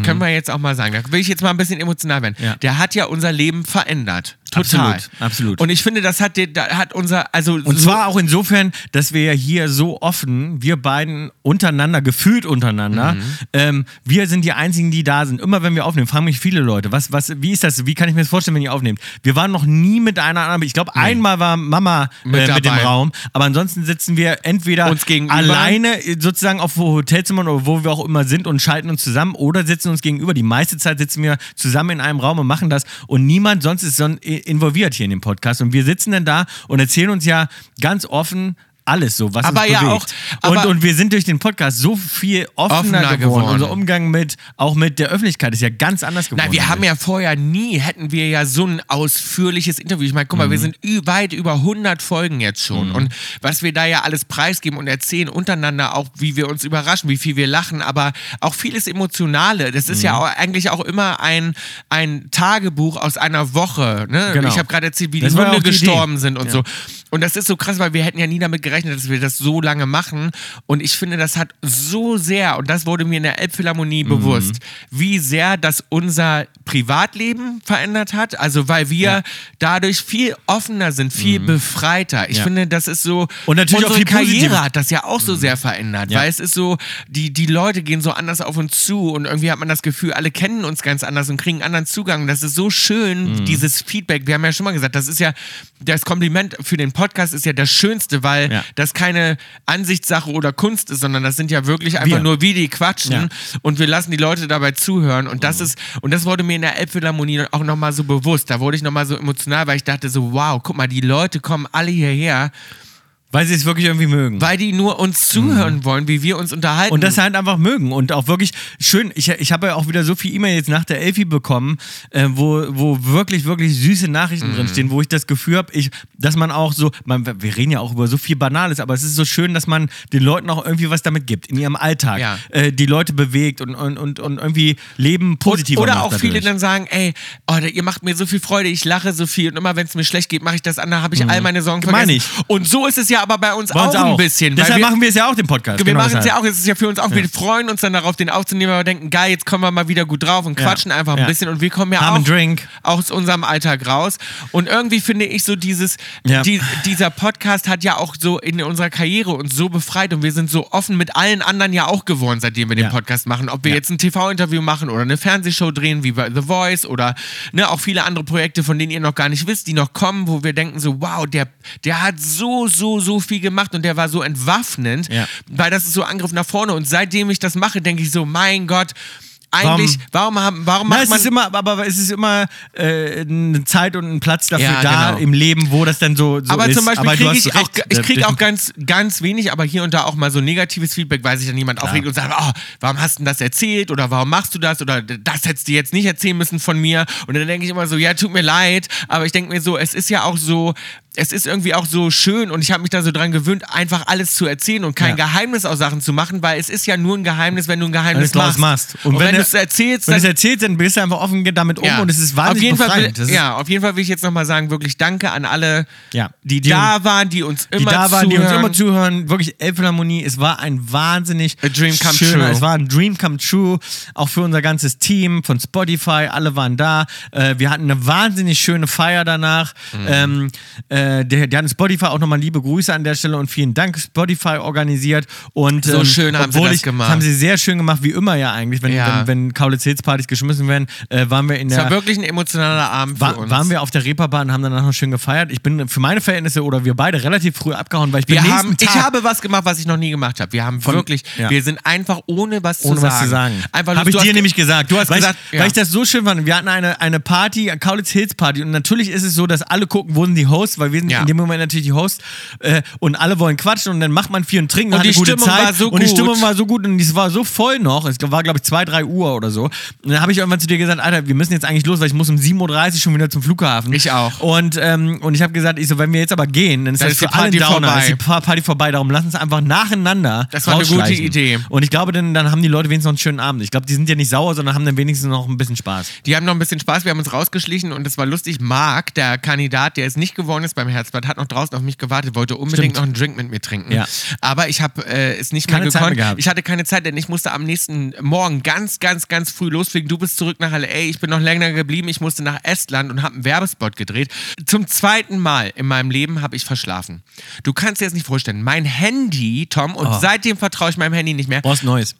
B: Können wir jetzt auch mal sagen. Da will ich jetzt mal ein bisschen emotional werden.
A: Mhm. Ja.
B: Der hat ja unser Leben verändert. Total.
A: Absolut, absolut.
B: Und ich finde, das hat, den- da hat unser, also
A: Und zwar auch insofern, dass wir ja hier so offen, wir beiden untereinander, gefühlt untereinander,
B: Mhm.
A: ähm, wir sind die Einzigen, die da sind. Immer wenn wir aufnehmen, fragen mich viele Leute, was, was, wie ist das, wie kann ich mir das vorstellen, wenn ihr aufnehmt? Wir waren noch nie mit einer anderen, ich glaube, einmal war Mama äh,
B: Mit
A: mit, dem
B: dabei.
A: Raum, aber ansonsten sitzen wir entweder
B: Uns gegenüber.
A: alleine äh, sozusagen auf Hotelzimmern oder wo wir auch immer sind und schalten uns zusammen oder sitzen uns gegenüber. Die meiste Zeit sitzen wir zusammen in einem Raum und machen das und niemand sonst ist son involviert hier in dem Podcast. Und wir sitzen dann da und erzählen uns ja ganz offen alles so, was
B: Aber
A: uns
B: ja
A: bewegt.
B: auch- aber-
A: und, und wir sind durch den Podcast so viel offener,
B: Offener
A: geworden.
B: geworden.
A: Unser Umgang mit, auch mit der Öffentlichkeit ist ja ganz anders geworden.
B: Na, wir haben ja vorher nie, hätten wir ja so ein ausführliches Interview. Ich meine, guck mal,
A: Mhm.
B: wir sind ü- weit über 100 Folgen jetzt schon. Und was wir da ja alles preisgeben und erzählen untereinander, auch wie wir uns überraschen, wie viel wir lachen, aber auch vieles Emotionale. Das ist
A: Mhm.
B: ja auch eigentlich auch immer ein, ein Tagebuch aus einer Woche. Ne?
A: Genau.
B: Ich habe gerade erzählt, wie
A: Das
B: die
A: war ja
B: Hunde
A: auch die
B: gestorben
A: Idee.
B: sind und so. Und das ist so krass, weil wir hätten ja nie damit gerechnet, dass wir das so lange machen. Und ich finde, das hat so sehr, und das wurde mir in der
A: Mhm.
B: Elbphilharmonie bewusst, wie sehr das unser Privatleben verändert hat. Also, weil wir dadurch viel offener sind, viel befreiter. Ich
A: Mhm. Ja.
B: finde, das ist so.
A: Und natürlich auch
B: unsere
A: viel
B: Karriere
A: positiver.
B: hat das ja auch so sehr verändert,
A: Mhm. Ja.
B: weil es ist so, die, die Leute gehen so anders auf uns zu und irgendwie hat man das Gefühl, alle kennen uns ganz anders und kriegen anderen Zugang. Das ist so schön,
A: Mhm.
B: dieses Feedback. Wir haben ja schon mal gesagt, das ist ja, das Kompliment für den Podcast ist ja das Schönste, weil
A: Ja.
B: das keine Ansichtssache oder Kunst ist, sondern das sind ja wirklich einfach
A: Wir.
B: nur, wie die quatschen
A: Ja. Mhm.
B: und wir lassen die Leute dabei zuhören und das ist, und das wurde mir in der Elbphilharmonie auch nochmal so bewusst. Da wurde ich nochmal so emotional, weil ich dachte so, wow, guck mal, die Leute kommen alle hierher
A: Weil sie es wirklich irgendwie mögen.
B: weil die nur uns zuhören wollen, wie wir uns unterhalten.
A: Mhm. Und das halt einfach mögen und auch wirklich schön. Ich, ich habe ja auch wieder so viel E-Mail jetzt nach der Elfi bekommen, äh, wo, wo wirklich, wirklich süße Nachrichten
B: Mhm.
A: drinstehen, wo ich das Gefühl habe, ich, dass man auch so, man, wir reden ja auch über so viel Banales, aber es ist so schön, dass man den Leuten auch irgendwie was damit gibt in ihrem Alltag.
B: Ja.
A: Äh, die Leute bewegt und, und, und, und irgendwie Leben positiv
B: oder
A: macht
B: auch viele
A: dadurch.
B: dann sagen, ey, oh, ihr macht mir so viel Freude, ich lache so viel und immer wenn es mir schlecht geht, mache ich das an, da habe ich all meine Sorgen vergessen.
A: Mhm. Meine
B: Und so ist es ja aber bei uns,
A: Bei
B: auch,
A: uns
B: ein bisschen.
A: Deshalb
B: weil wir,
A: machen wir es ja auch den Podcast. genau
B: wir machen es ja
A: deshalb.
B: auch, es ist ja für uns auch, wir freuen uns dann darauf, den aufzunehmen, weil wir denken, geil, jetzt kommen wir mal wieder gut drauf und
A: Ja.
B: quatschen einfach ein
A: Ja.
B: bisschen und wir kommen ja
A: Haben einen
B: auch
A: Drink.
B: aus unserem Alltag raus. Und irgendwie finde ich so dieses,
A: Ja.
B: die, dieser Podcast hat ja auch so in unserer Karriere uns so befreit und wir sind so offen mit allen anderen ja auch geworden, seitdem wir den
A: Ja.
B: Podcast machen. Ob wir jetzt ein TV-Interview machen oder eine Fernsehshow drehen wie bei The Voice oder ne, auch viele andere Projekte, von denen ihr noch gar nicht wisst, die noch kommen, wo wir denken so, wow, der, der hat so, so, so viel gemacht und der war so entwaffnend,
A: Ja.
B: weil das ist so Angriff nach vorne. Und seitdem ich das mache, denke ich so, mein Gott, eigentlich, warum, haben, warum
A: Na,
B: macht
A: es
B: man...
A: ist immer, aber es ist immer äh, eine Zeit und ein Platz dafür
B: Ja,
A: da
B: genau.
A: im Leben, wo das dann so, so
B: aber
A: ist.
B: zum Beispiel
A: Aber du
B: kriege
A: hast
B: ich auch,
A: recht,
B: ich
A: äh,
B: krieg
A: durch-
B: auch ganz, ganz wenig, aber hier und da auch mal so negatives Feedback, weil sich dann jemand aufregt und sagt, oh, warum hast du denn das erzählt oder warum machst du das oder das hättest du jetzt nicht erzählen müssen von mir. Und dann denke ich immer so, ja, tut mir leid, aber ich denke mir so, es ist ja auch so, es ist irgendwie auch so schön und ich habe mich da so dran gewöhnt, einfach alles zu erzählen und kein
A: Ja.
B: Geheimnis aus Sachen zu machen, weil es ist ja nur ein Geheimnis, wenn du ein
A: wenn du
B: Geheimnis
A: es draus
B: machst.
A: machst.
B: Und, wenn, du
A: du-
B: es erzählst,
A: wenn du
B: dann
A: es erzählst, dann bist du einfach offen damit um und es ist
B: auf
A: wahnsinnig
B: jeden Fall
A: befreiend.
B: will,
A: Das ist-
B: Ja, auf jeden Fall will ich jetzt nochmal sagen, wirklich danke an alle,
A: Ja.
B: die,
A: Die-
B: da waren, die uns immer
A: Die da waren, die
B: zuhören.
A: uns immer zuhören, wirklich Elbphilharmonie, es war ein wahnsinnig
B: A dream come
A: schöner,
B: true.
A: es war ein Dream come true, auch für unser ganzes Team von Spotify, alle waren da, äh, wir hatten eine wahnsinnig schöne Feier danach,
B: Mhm.
A: ähm, äh, die, die hatten Spotify auch nochmal liebe Grüße an der Stelle und vielen Dank, Spotify organisiert und ähm,
B: So schön haben sie
A: obwohl
B: das
A: ich,
B: gemacht.
A: haben sie sehr schön gemacht, wie immer ja eigentlich, wenn,
B: Ja.
A: wenn, wenn Kaulitz Hills Partys geschmissen werden, äh, waren wir in
B: Es
A: der
B: war wirklich ein emotionaler Abend für
A: Wa-
B: uns.
A: waren wir auf der Reeperbahn und haben danach noch schön gefeiert. Ich bin für meine Verhältnisse oder wir beide relativ früh abgehauen, weil ich bin
B: wir
A: nächsten
B: haben,
A: Tag
B: ich habe was gemacht, was ich noch nie gemacht habe. Wir haben wirklich,
A: ja.
B: wir sind einfach ohne was
A: ohne
B: zu sagen.
A: was zu sagen.
B: Einfach
A: Habe
B: los.
A: ich
B: Du
A: dir
B: hast-
A: nämlich gesagt.
B: Du hast
A: weil
B: gesagt,
A: ich, weil ich das so schön fand. Wir hatten eine, eine Party, eine Kaulitz Hills Party und natürlich ist es so, dass alle gucken, wo sind die Hosts, weil wir sind
B: Ja.
A: in dem Moment natürlich die Hosts äh, und alle wollen quatschen und dann macht man viel und trinken
B: Und
A: hat
B: die
A: eine gute
B: Stimmung
A: Zeit
B: war so
A: und die
B: gut.
A: Stimmung war so gut und es war so voll noch. Es war glaube ich 2, 3 Uhr oder so. Und dann habe ich irgendwann zu dir gesagt, Alter, wir müssen jetzt eigentlich los, weil ich muss um 7:30 Uhr schon wieder zum Flughafen.
B: Ich auch.
A: Und, ähm, und ich habe gesagt, ich so, wenn wir jetzt aber gehen, dann ist
B: Dann
A: das
B: ist
A: für
B: die
A: alle ein
B: Party
A: Downer,
B: vorbei.
A: ist die Pa- Party vorbei. Darum lass uns einfach nacheinander
B: Das war eine gute
A: rausschleichen.
B: Idee.
A: Und ich glaube, dann, dann haben die Leute wenigstens noch einen schönen Abend. Ich glaube, die sind ja nicht sauer, sondern haben dann wenigstens noch ein bisschen Spaß.
B: Die haben noch ein bisschen Spaß, wir haben uns rausgeschlichen und es war lustig. Marc, der Kandidat, der es nicht geworden ist, bei beim Herzblatt, hat noch draußen auf mich gewartet, wollte unbedingt
A: Stimmt.
B: noch einen Drink mit mir trinken.
A: Ja.
B: Aber ich habe äh, es nicht
A: Keine
B: mehr
A: Zeit
B: gekonnt.
A: mehr gehabt.
B: ich hatte keine Zeit, denn ich musste am nächsten Morgen ganz, ganz, ganz früh losfliegen. Du bist zurück nach LA. Ich bin noch länger geblieben. Ich musste nach Estland und habe einen Werbespot gedreht. Zum zweiten Mal in meinem Leben habe ich verschlafen. Du kannst dir das nicht vorstellen. Mein Handy, Tom, und
A: Oh.
B: seitdem vertraue ich meinem Handy nicht mehr
A: Brauchst Neues.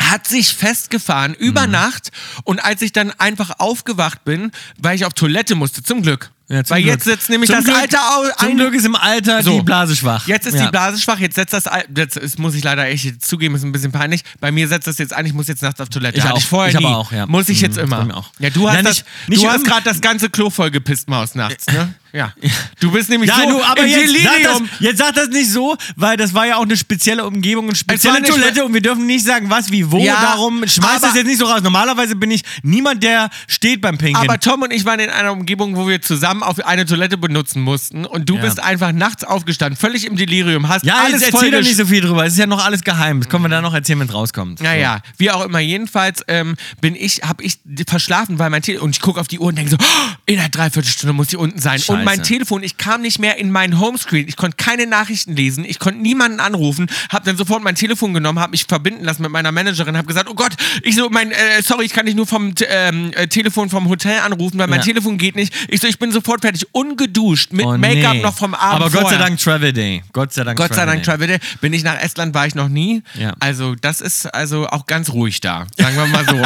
B: hat sich festgefahren über
A: Mhm.
B: Nacht und als ich dann einfach aufgewacht bin, weil ich auf Toilette musste, zum Glück.
A: Ja, zum
B: weil
A: Glück.
B: jetzt sitzt nämlich
A: Zum
B: das
A: Glück-
B: alte Au-
A: Zum
B: ein-
A: Glück ist im Alter
B: So.
A: die Blase schwach.
B: Jetzt ist
A: Ja.
B: die Blase schwach, jetzt setzt das, Al- jetzt ist, muss ich leider echt zugeben, ist ein bisschen peinlich. Bei mir setzt das jetzt ein, ich muss jetzt nachts auf Toilette.
A: Ich
B: Hatte
A: auch.
B: ich vorher
A: Ich
B: nie.
A: aber auch, ja.
B: Muss ich
A: Mhm,
B: jetzt
A: das bei
B: immer.
A: mir auch.
B: Ja, du hast,
A: Nein,
B: das,
A: nicht- nicht
B: du hast
A: immer-
B: gerade das ganze Klo voll gepisst, Maus, nachts, ne? Ja. Du bist nämlich
A: Ja,
B: so
A: du, aber
B: im
A: jetzt sag, das,
B: Delirium.
A: jetzt sag das nicht so, weil das war ja auch eine spezielle Umgebung und
B: war
A: spezielle
B: eine
A: Toilette
B: spe-
A: und wir dürfen nicht sagen, was, wie, wo,
B: Ja,
A: darum. Schmeiß
B: aber-
A: das jetzt nicht so raus. Normalerweise bin ich niemand, der steht beim Pinkeln.
B: Aber Tom und ich waren in einer Umgebung, wo wir zusammen auf eine Toilette benutzen mussten und du
A: Ja.
B: bist einfach nachts aufgestanden, völlig im Delirium, hast
A: ja,
B: alles
A: jetzt
B: voll
A: erzähl doch
B: gesch-
A: nicht so viel drüber. Es ist ja noch alles geheim. Das können wir dann noch erzählen, wenn es rauskommt.
B: Naja, wie auch immer. Jedenfalls ähm, bin ich, habe ich verschlafen, weil mein Telefon und ich gucke auf die Uhr und denke so, "Oh, in einer Dreiviertelstunde muss ich unten sein. Und mein
A: Scheiße.
B: Telefon, ich kam nicht mehr in meinen Homescreen. Ich konnte keine Nachrichten lesen, ich konnte niemanden anrufen, habe dann sofort mein Telefon genommen, habe mich verbinden lassen mit meiner Managerin, habe gesagt, oh Gott, ich so, mein, äh, sorry, ich kann dich nur vom T- ähm, äh, Telefon vom Hotel anrufen, weil mein
A: Ja.
B: Telefon geht nicht. Ich so, ich bin sofort fertig, ungeduscht, mit
A: Oh,
B: Make-up
A: nee.
B: noch vom Abend
A: Aber Gott sei
B: vorher.
A: Dank Travel Day. Gott sei Dank
B: Gott sei Dank,
A: Day.
B: Travel Day. Bin ich nach Estland, war ich noch nie.
A: Ja.
B: Also, das ist also auch ganz ruhig da. Sagen wir mal so.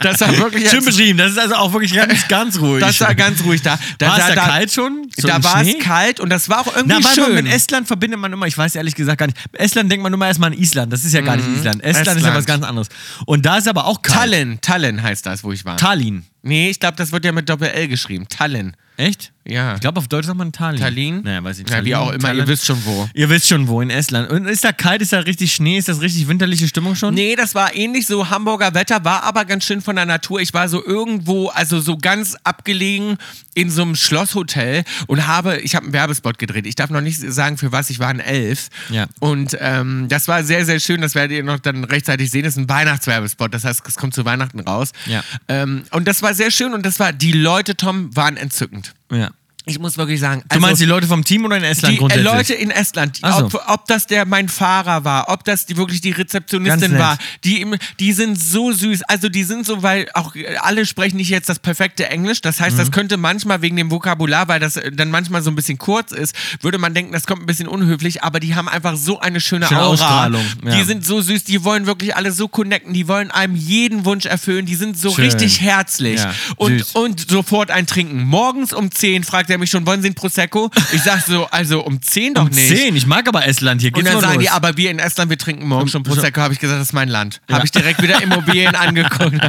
B: das war wirklich.
A: Schön beschrieben. Das ist also auch wirklich ganz, ganz ruhig.
B: das war ganz ruhig da. da
A: War es
B: da,
A: da kalt schon? So
B: da
A: im
B: war es
A: Schnee?
B: kalt und das war auch irgendwie
A: Na, weil man
B: schön.
A: mit Estland verbindet man immer, ich weiß ehrlich gesagt gar nicht. Estland denkt man immer erstmal an Island. Das ist ja gar nicht Island. Estland, ist ja
B: Mhm. Estland.
A: was ganz anderes. Und da ist aber auch kalt.
B: Tallinn, Tallinn heißt das, wo ich war.
A: Tallinn.
B: nee, ich glaube, das wird ja mit Doppel-L geschrieben. Tallinn.
A: Echt?
B: Ja.
A: Ich glaube, auf Deutsch sagt man Tallinn.
B: Tallinn?
A: Naja, weiß ich nicht.
B: Ja, wie auch immer, ihr wisst schon wo.
A: Ihr wisst schon wo, in Estland. Und ist da kalt, ist da richtig Schnee, ist das richtig winterliche Stimmung schon?
B: Nee, das war ähnlich so Hamburger Wetter, war aber ganz schön von der Natur. Ich war so irgendwo, also so ganz abgelegen in so einem Schlosshotel und habe, ich habe einen Werbespot gedreht. Ich darf noch nicht sagen, für was, ich war ein Elf.
A: Ja.
B: Und ähm, das war sehr, sehr schön. Das werdet ihr noch dann rechtzeitig sehen. Das ist ein Weihnachtswerbespot. Das heißt, es kommt zu Weihnachten raus.
A: Ja.
B: Ähm, und das war sehr schön und das war, die Leute, Tom, waren entzückend.
A: Ja.
B: Ich muss wirklich sagen.
A: Du meinst die Leute vom Team oder in Estland
B: Also die äh,
A: grundsätzlich?
B: Leute in Estland, die,
A: Ach so.
B: ob, ob das der mein Fahrer war, ob das die wirklich die
A: Ganz
B: Rezeptionistin
A: nett.
B: war, die, im- die sind so süß. Also die sind so, weil auch äh, alle sprechen nicht jetzt das perfekte Englisch. Das heißt,
A: Mhm.
B: das könnte manchmal wegen dem Vokabular, weil das äh, dann manchmal so ein bisschen kurz ist, würde man denken, das kommt ein bisschen unhöflich, aber die haben einfach so eine schöne,
A: Schöne
B: Aura.
A: Ausstrahlung, ja.
B: Die sind so süß, die wollen wirklich alle so connecten, die wollen einem jeden Wunsch erfüllen, die sind so
A: Schön.
B: richtig herzlich.
A: Ja,
B: und,
A: süß.
B: und sofort ein Trinken. Morgens um 10 fragt er mich schon, wollen Sie ein Prosecco? Ich sag so, also um 10 doch nicht.
A: Zehn, ich mag aber Estland. Hier
B: Und
A: geht's
B: dann
A: nur
B: sagen
A: los. Um
B: die, aber wir in Estland, wir trinken morgen schon Prosecco. Habe ich gesagt, das ist mein Land.
A: Ja.
B: Habe ich direkt wieder Immobilien angeguckt.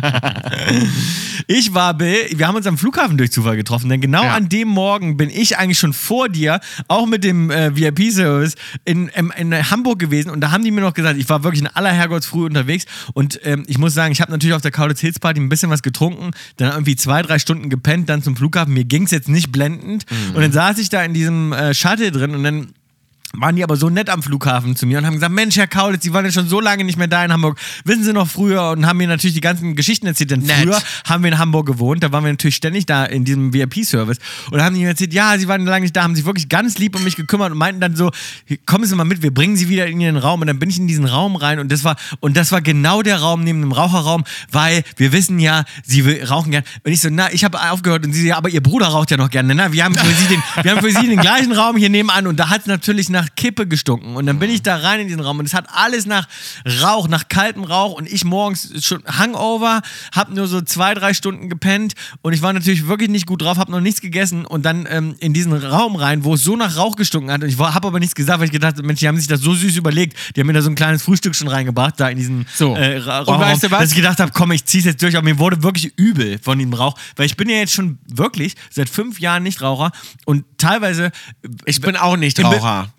A: Ich war, Bill, wir haben uns am Flughafen durch Zufall getroffen, denn genau
B: Ja.
A: an dem Morgen bin ich eigentlich schon vor dir, auch mit dem äh, VIP-Service, in, ähm, in, in Hamburg gewesen und da haben die mir noch gesagt, ich war wirklich in aller Herrgottsfrüh unterwegs und ähm, ich muss sagen, ich habe natürlich auf der Kaulitz Hills Party ein bisschen was getrunken, dann irgendwie zwei, drei Stunden gepennt, dann zum Flughafen, mir ging es jetzt nicht blendend
B: Mhm.
A: und dann saß ich da in diesem äh, Shuttle drin und dann waren die aber so nett am Flughafen zu mir und haben gesagt, Mensch, Herr Kaulitz, Sie waren ja schon so lange nicht mehr da in Hamburg. Wissen Sie noch früher? Und haben mir natürlich die ganzen Geschichten erzählt. Denn
B: Nett.
A: früher haben wir in Hamburg gewohnt, da waren wir natürlich ständig da in diesem VIP-Service. Und haben die mir erzählt, ja, Sie waren lange nicht da, haben sich wirklich ganz lieb um mich gekümmert und meinten dann so, kommen Sie mal mit, wir bringen Sie wieder in Ihren Raum. Und dann bin ich in diesen Raum rein und das war, und das war genau der Raum neben dem Raucherraum, weil wir wissen ja, Sie will- rauchen gern. Und ich so, na, ich habe aufgehört und sie so, ja, aber Ihr Bruder raucht ja noch gerne. Na, wir haben für Sie den, wir haben für Sie den gleichen Raum hier nebenan und da hat es natürlich nach Kippe gestunken. Und dann bin ich da rein in diesen Raum und es hat alles nach Rauch, nach kaltem Rauch und ich morgens schon Hangover, hab nur so zwei, drei Stunden gepennt und ich war natürlich wirklich nicht gut drauf, hab noch nichts gegessen und dann ähm, in diesen Raum rein, wo es so nach Rauch gestunken hat und ich war- hab aber nichts gesagt, weil ich gedacht habe, Mensch, die haben sich das so süß überlegt. Die haben mir da so ein kleines Frühstück schon reingebracht, da in diesen
B: So.
A: äh, Ra-
B: Und
A: Rauchraum,
B: weißt du was?
A: dass ich gedacht habe, komm, ich zieh's jetzt durch, aber mir wurde wirklich übel von dem Rauch, weil ich bin ja jetzt schon wirklich seit fünf Jahren Nichtraucher und teilweise
B: Ich bin auch nicht
A: Im Be-
B: Raucher.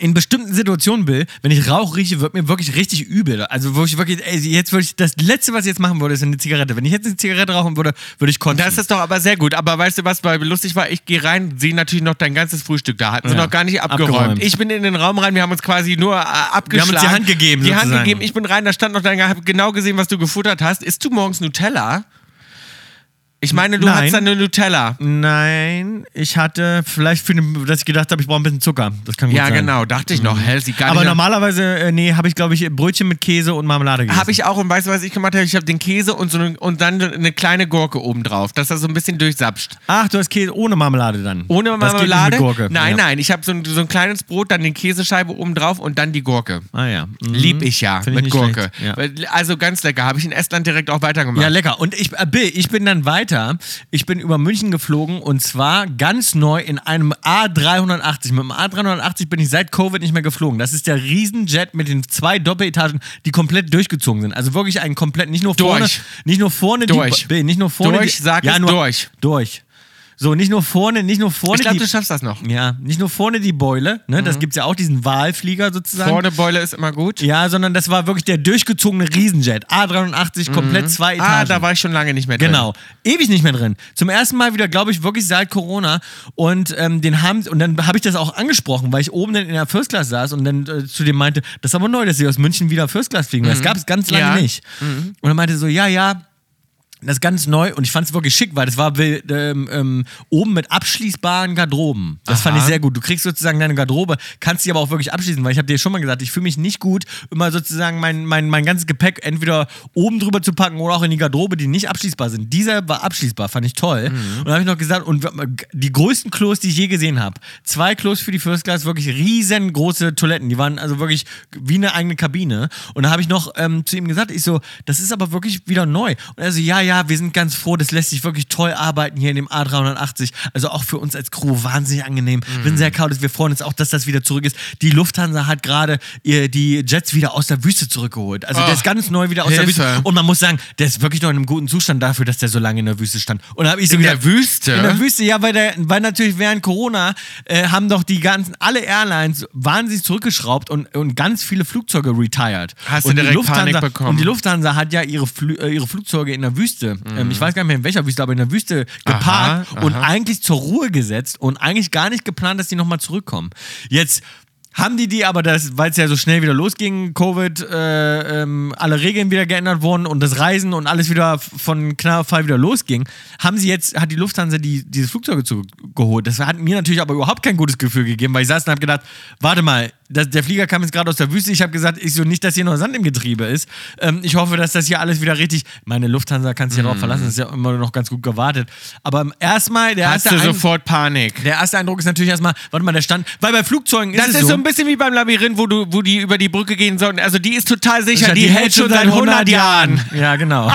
A: in bestimmten Situationen will, wenn ich Rauch rieche, wird mir wirklich richtig übel. Also wo ich wirklich, ey, jetzt würde ich, das Letzte, was ich jetzt machen würde, ist eine Zigarette. Wenn ich jetzt eine Zigarette rauchen würde, würde ich kotzen.
B: Das ist doch aber sehr gut. Aber weißt du, was bei lustig war? Ich gehe rein, sehe natürlich noch dein ganzes Frühstück da. Hatten sie
A: Ja.
B: noch gar nicht abgeräumt.
A: Abgeräumt.
B: Ich bin in den Raum rein, wir haben uns quasi nur äh, abgeschlagen.
A: die Hand gegeben,
B: Die Hand
A: sozusagen.
B: gegeben. Ich bin rein, da stand noch dein, hab genau gesehen, was du gefuttert hast. Isst du morgens Nutella? Ich meine, du
A: Nein.
B: hast eine Nutella.
A: Nein, ich hatte vielleicht für den, dass ich gedacht habe, ich brauche ein bisschen Zucker. Das kann gut
B: Ja,
A: sein. Mhm.
B: genau, dachte ich noch. Hä, sieht gar
A: Aber
B: nicht nach-
A: normalerweise, äh, nee, habe ich glaube ich Brötchen mit Käse und Marmelade gegessen.
B: Habe ich auch und weißt du, was ich gemacht habe? Ich habe den Käse und, so ne, und dann eine kleine Gurke obendrauf, dass das so ein bisschen durchsapscht.
A: Ach, du hast Käse ohne Marmelade dann.
B: Ohne
A: Das geht nicht
B: Marmelade?
A: mit Gurke.
B: Nein,
A: ja.
B: nein. Ich habe so ein, so ein kleines Brot, dann die Käsescheibe obendrauf und dann die Gurke.
A: Ah ja. Mhm.
B: Lieb ich ja
A: Find ich
B: mit
A: nicht
B: Gurke.
A: schlecht, ja.
B: Weil- Also ganz lecker. Habe ich in Estland direkt auch weitergemacht.
A: Ja, lecker. Und ich, äh, Bill, ich bin dann weiter. Ich bin über München geflogen und zwar ganz neu in einem A380. Mit dem A380 bin ich seit Covid nicht mehr geflogen. Das ist der Riesenjet mit den zwei Doppeletagen, die komplett durchgezogen sind. Also wirklich ein komplett, nicht nur vorne,
B: Durch.
A: nicht nur vorne,
B: Durch.
A: Die, Bill, nicht nur vorne,
B: Durch,
A: die,
B: sag es,
A: nur,
B: durch.
A: durch. So, nicht nur vorne, nicht nur vorne.
B: ich glaube,
A: die,
B: du schaffst das noch.
A: ja, nicht nur vorne die Beule, ne? Das gibt's ja auch, diesen Walflieger sozusagen.
B: Vorne Beule ist immer gut.
A: Ja, sondern das war wirklich der durchgezogene Riesenjet. A380, komplett zwei Etagen.
B: Ah, da war ich schon lange nicht mehr drin.
A: Genau. Ewig nicht mehr drin. Zum ersten Mal wieder, glaube ich, wirklich seit Corona. Und ähm, den haben und dann habe ich das auch angesprochen, weil ich oben dann in der First Class saß und dann äh, zu dem meinte, das ist aber neu, dass sie aus München wieder First Class fliegen. weil Das gab es ganz lange
B: Ja.
A: nicht. Und er meinte so, ja, ja. Das ist ganz neu und ich fand es wirklich schick, weil das war will- ähm, ähm, oben mit abschließbaren Garderoben. Das fand ich sehr gut. Du kriegst sozusagen deine Garderobe, kannst die aber auch wirklich abschließen, weil ich habe dir schon mal gesagt, ich fühle mich nicht gut, immer sozusagen mein, mein, mein ganzes Gepäck entweder oben drüber zu packen oder auch in die Garderobe, die nicht abschließbar sind. Dieser war abschließbar, fand ich toll. Und da habe ich noch gesagt, und die größten Klos, die ich je gesehen habe. Zwei Klos für die First Class, wirklich riesengroße Toiletten. Die waren also wirklich wie eine eigene Kabine. Und da habe ich noch ähm, zu ihm gesagt, ich so, das ist aber wirklich wieder neu. Und er so, ja, ja, wir sind ganz froh, das lässt sich wirklich toll arbeiten hier in dem A380. Also auch für uns als Crew wahnsinnig angenehm. Wir sind sehr kaudis, wir freuen uns auch, dass das wieder zurück ist. Die Lufthansa hat gerade ihr die Jets wieder aus der Wüste zurückgeholt. Also der
B: Ah,
A: ist ganz neu wieder aus
B: Hilfe.
A: der Wüste. Und man muss sagen, der ist wirklich noch in einem guten Zustand dafür, dass der so lange in der Wüste stand. Und da habe ich so
B: In
A: gesagt,
B: der Wüste?
A: In der Wüste, ja, weil, der, weil natürlich während Corona äh, haben doch die ganzen, alle Airlines wahnsinnig zurückgeschraubt und, und ganz viele Flugzeuge retired.
B: Hast du
A: und die
B: direkt
A: Lufthansa,
B: Panik bekommen?
A: Und die Lufthansa hat ja ihre, Flü äh, ihre Flugzeuge in der Wüste, ähm, ich weiß gar nicht mehr in welcher Wüste, aber in der Wüste geparkt
B: aha.
A: und eigentlich zur Ruhe gesetzt und eigentlich gar nicht geplant, dass die nochmal zurückkommen. Jetzt haben die die, aber das, weil es ja so schnell wieder losging, Covid, äh, ähm, alle Regeln wieder geändert wurden und das Reisen und alles wieder f- von Knarrfall wieder losging, haben sie jetzt, hat die Lufthansa die, diese Flugzeuge zugeholt. Das hat mir natürlich aber überhaupt kein gutes Gefühl gegeben, weil ich saß und habe gedacht, warte mal, das, der Flieger kam jetzt gerade aus der Wüste. Ich habe gesagt, ich so nicht, dass hier noch Sand im Getriebe ist. Ähm, ich hoffe, dass das hier alles wieder richtig. Meine Lufthansa kann sich ja
B: Mhm.
A: darauf verlassen, das ist ja immer noch ganz gut gewartet. Aber ähm, erstmal, der
B: Hast
A: erste
B: du
A: Ein-
B: sofort Panik.
A: der erste Eindruck ist natürlich erstmal, warte mal, der Stand, weil bei Flugzeugen ist
B: Das
A: es
B: ist
A: so
B: so ein bisschen wie beim Labyrinth, wo, du, wo die über die Brücke gehen sollen. Also die ist total sicher,
A: Ja,
B: die, hält schon seit 100 Jahren.
A: Ja, genau.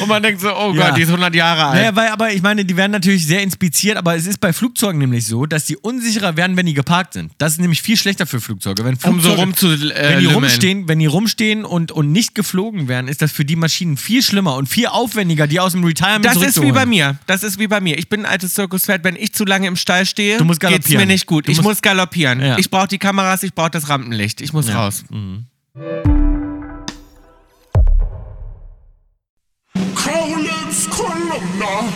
B: Und man denkt so, oh
A: Ja.
B: Gott, die ist 100 Jahre alt.
A: naja, weil, aber ich meine, die werden natürlich sehr inspiziert, aber es ist bei Flugzeugen nämlich so, dass die unsicherer werden, wenn die geparkt sind. Das ist nämlich viel schlechter für Flugzeuge. Wenn
B: um so
A: Flugzeuge-
B: rum zu äh,
A: wenn die
B: lümmeln.
A: rumstehen, wenn die rumstehen und, und nicht geflogen werden, ist das für die Maschinen viel schlimmer und viel aufwendiger, die aus dem Retirement
B: Das ist wie
A: zurückzuholen.
B: bei mir. Das ist wie bei mir. Ich bin ein altes Zirkuspferd. Wenn ich zu lange im Stall stehe,
A: Du musst
B: geht's mir
A: galoppieren.
B: nicht gut.
A: Du
B: ich
A: musst-
B: muss galoppieren.
A: Ja.
B: Ich brauche die Kameras, ich brauche das Rampenlicht. Ich muss raus.
C: Kaulitz Kolumna.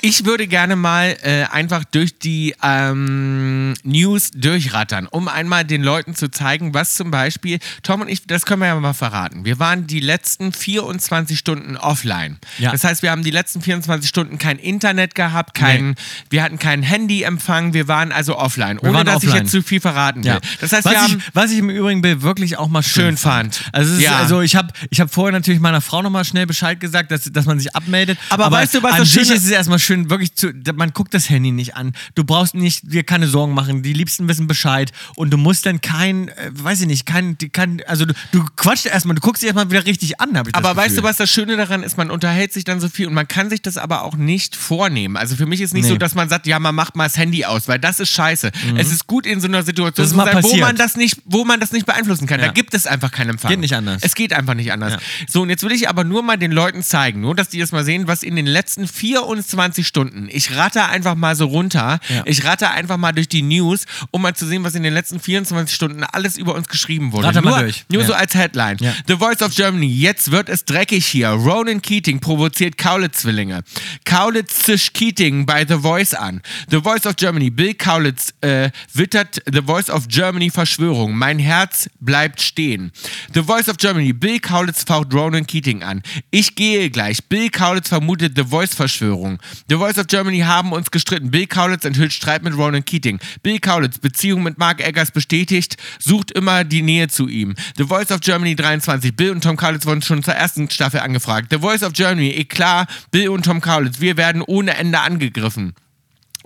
B: Ich würde gerne mal äh, einfach durch die ähm, News durchrattern, um einmal den Leuten zu zeigen, was zum Beispiel, Tom und ich, das können wir ja mal verraten. Wir waren die letzten 24 Stunden offline.
A: Ja.
B: Das heißt, wir haben die letzten 24 Stunden kein Internet gehabt, kein, wir hatten keinen Handyempfang, wir waren also offline, ohne
A: waren
B: dass ich
A: offline.
B: jetzt zu viel verraten will.
A: Ja.
B: Das heißt,
A: was,
B: wir haben.
A: ich, was ich im Übrigen Bill, wirklich auch mal schön,
B: Schön fand.
A: Also, es ist,
B: Ja.
A: also ich habe ich hab vorher natürlich meiner Frau nochmal schnell Bescheid gesagt, dass, dass man sich abmeldet.
B: Aber weißt du, was
A: an
B: das
A: sich
B: Schöne-
A: ist? Es erstmal schön, wirklich zu. da- Man guckt das Handy nicht an. Du brauchst nicht dir keine Sorgen machen. Die Liebsten wissen Bescheid. Und du musst dann kein, äh, weiß ich nicht, kein, die- kein also du, du quatschst erstmal, du guckst dich erstmal wieder richtig an, habe ich
B: Aber
A: das
B: weißt du,
A: Gefühl.
B: was das Schöne daran ist? Man unterhält sich dann so viel und man kann sich das aber auch nicht vornehmen. Also für mich ist nicht
A: Nee. Mhm.
B: so, dass man sagt, ja, man macht mal das Handy aus, weil das ist scheiße. Es ist gut in so einer Situation
A: Das ist
B: zu
A: mal
B: sein, wo
A: passiert.
B: man das nicht, wo man das nicht beeinflussen kann. Da
A: Ja.
B: gibt es einfach keinen Empfang.
A: Geht nicht anders.
B: Es geht einfach nicht anders. So, und jetzt will ich aber nur mal den Leuten zeigen, nur dass die das mal sehen, was in den letzten 24 24 Stunden. Ich ratte einfach mal so runter.
A: Ja.
B: Ich ratte einfach mal durch die News, um mal zu sehen, was in den letzten 24 Stunden alles über uns geschrieben wurde.
A: Ratte
B: nur
A: mal durch.
B: nur
A: Ja.
B: so als Headline.
A: Ja.
B: The Voice of Germany. Jetzt wird es dreckig hier. Ronan Keating provoziert Kaulitz-Zwillinge. Kaulitz zischt Keating bei The Voice an. The Voice of Germany. Bill Kaulitz äh, wittert The Voice of Germany Verschwörung. Mein Herz bleibt stehen. The Voice of Germany. Bill Kaulitz faucht Ronan Keating an. Ich gehe gleich. Bill Kaulitz vermutet The Voice-Verschwörung. The Voice of Germany haben uns gestritten. Bill Kaulitz enthüllt Streit mit Ronan Keating. Bill Kaulitz, Beziehung mit Mark Eggers bestätigt, sucht immer die Nähe zu ihm. The Voice of Germany 23. Bill und Tom Kaulitz wurden schon zur ersten Staffel angefragt. The Voice of Germany, eklar, Bill und Tom Kaulitz. Wir werden ohne Ende angegriffen.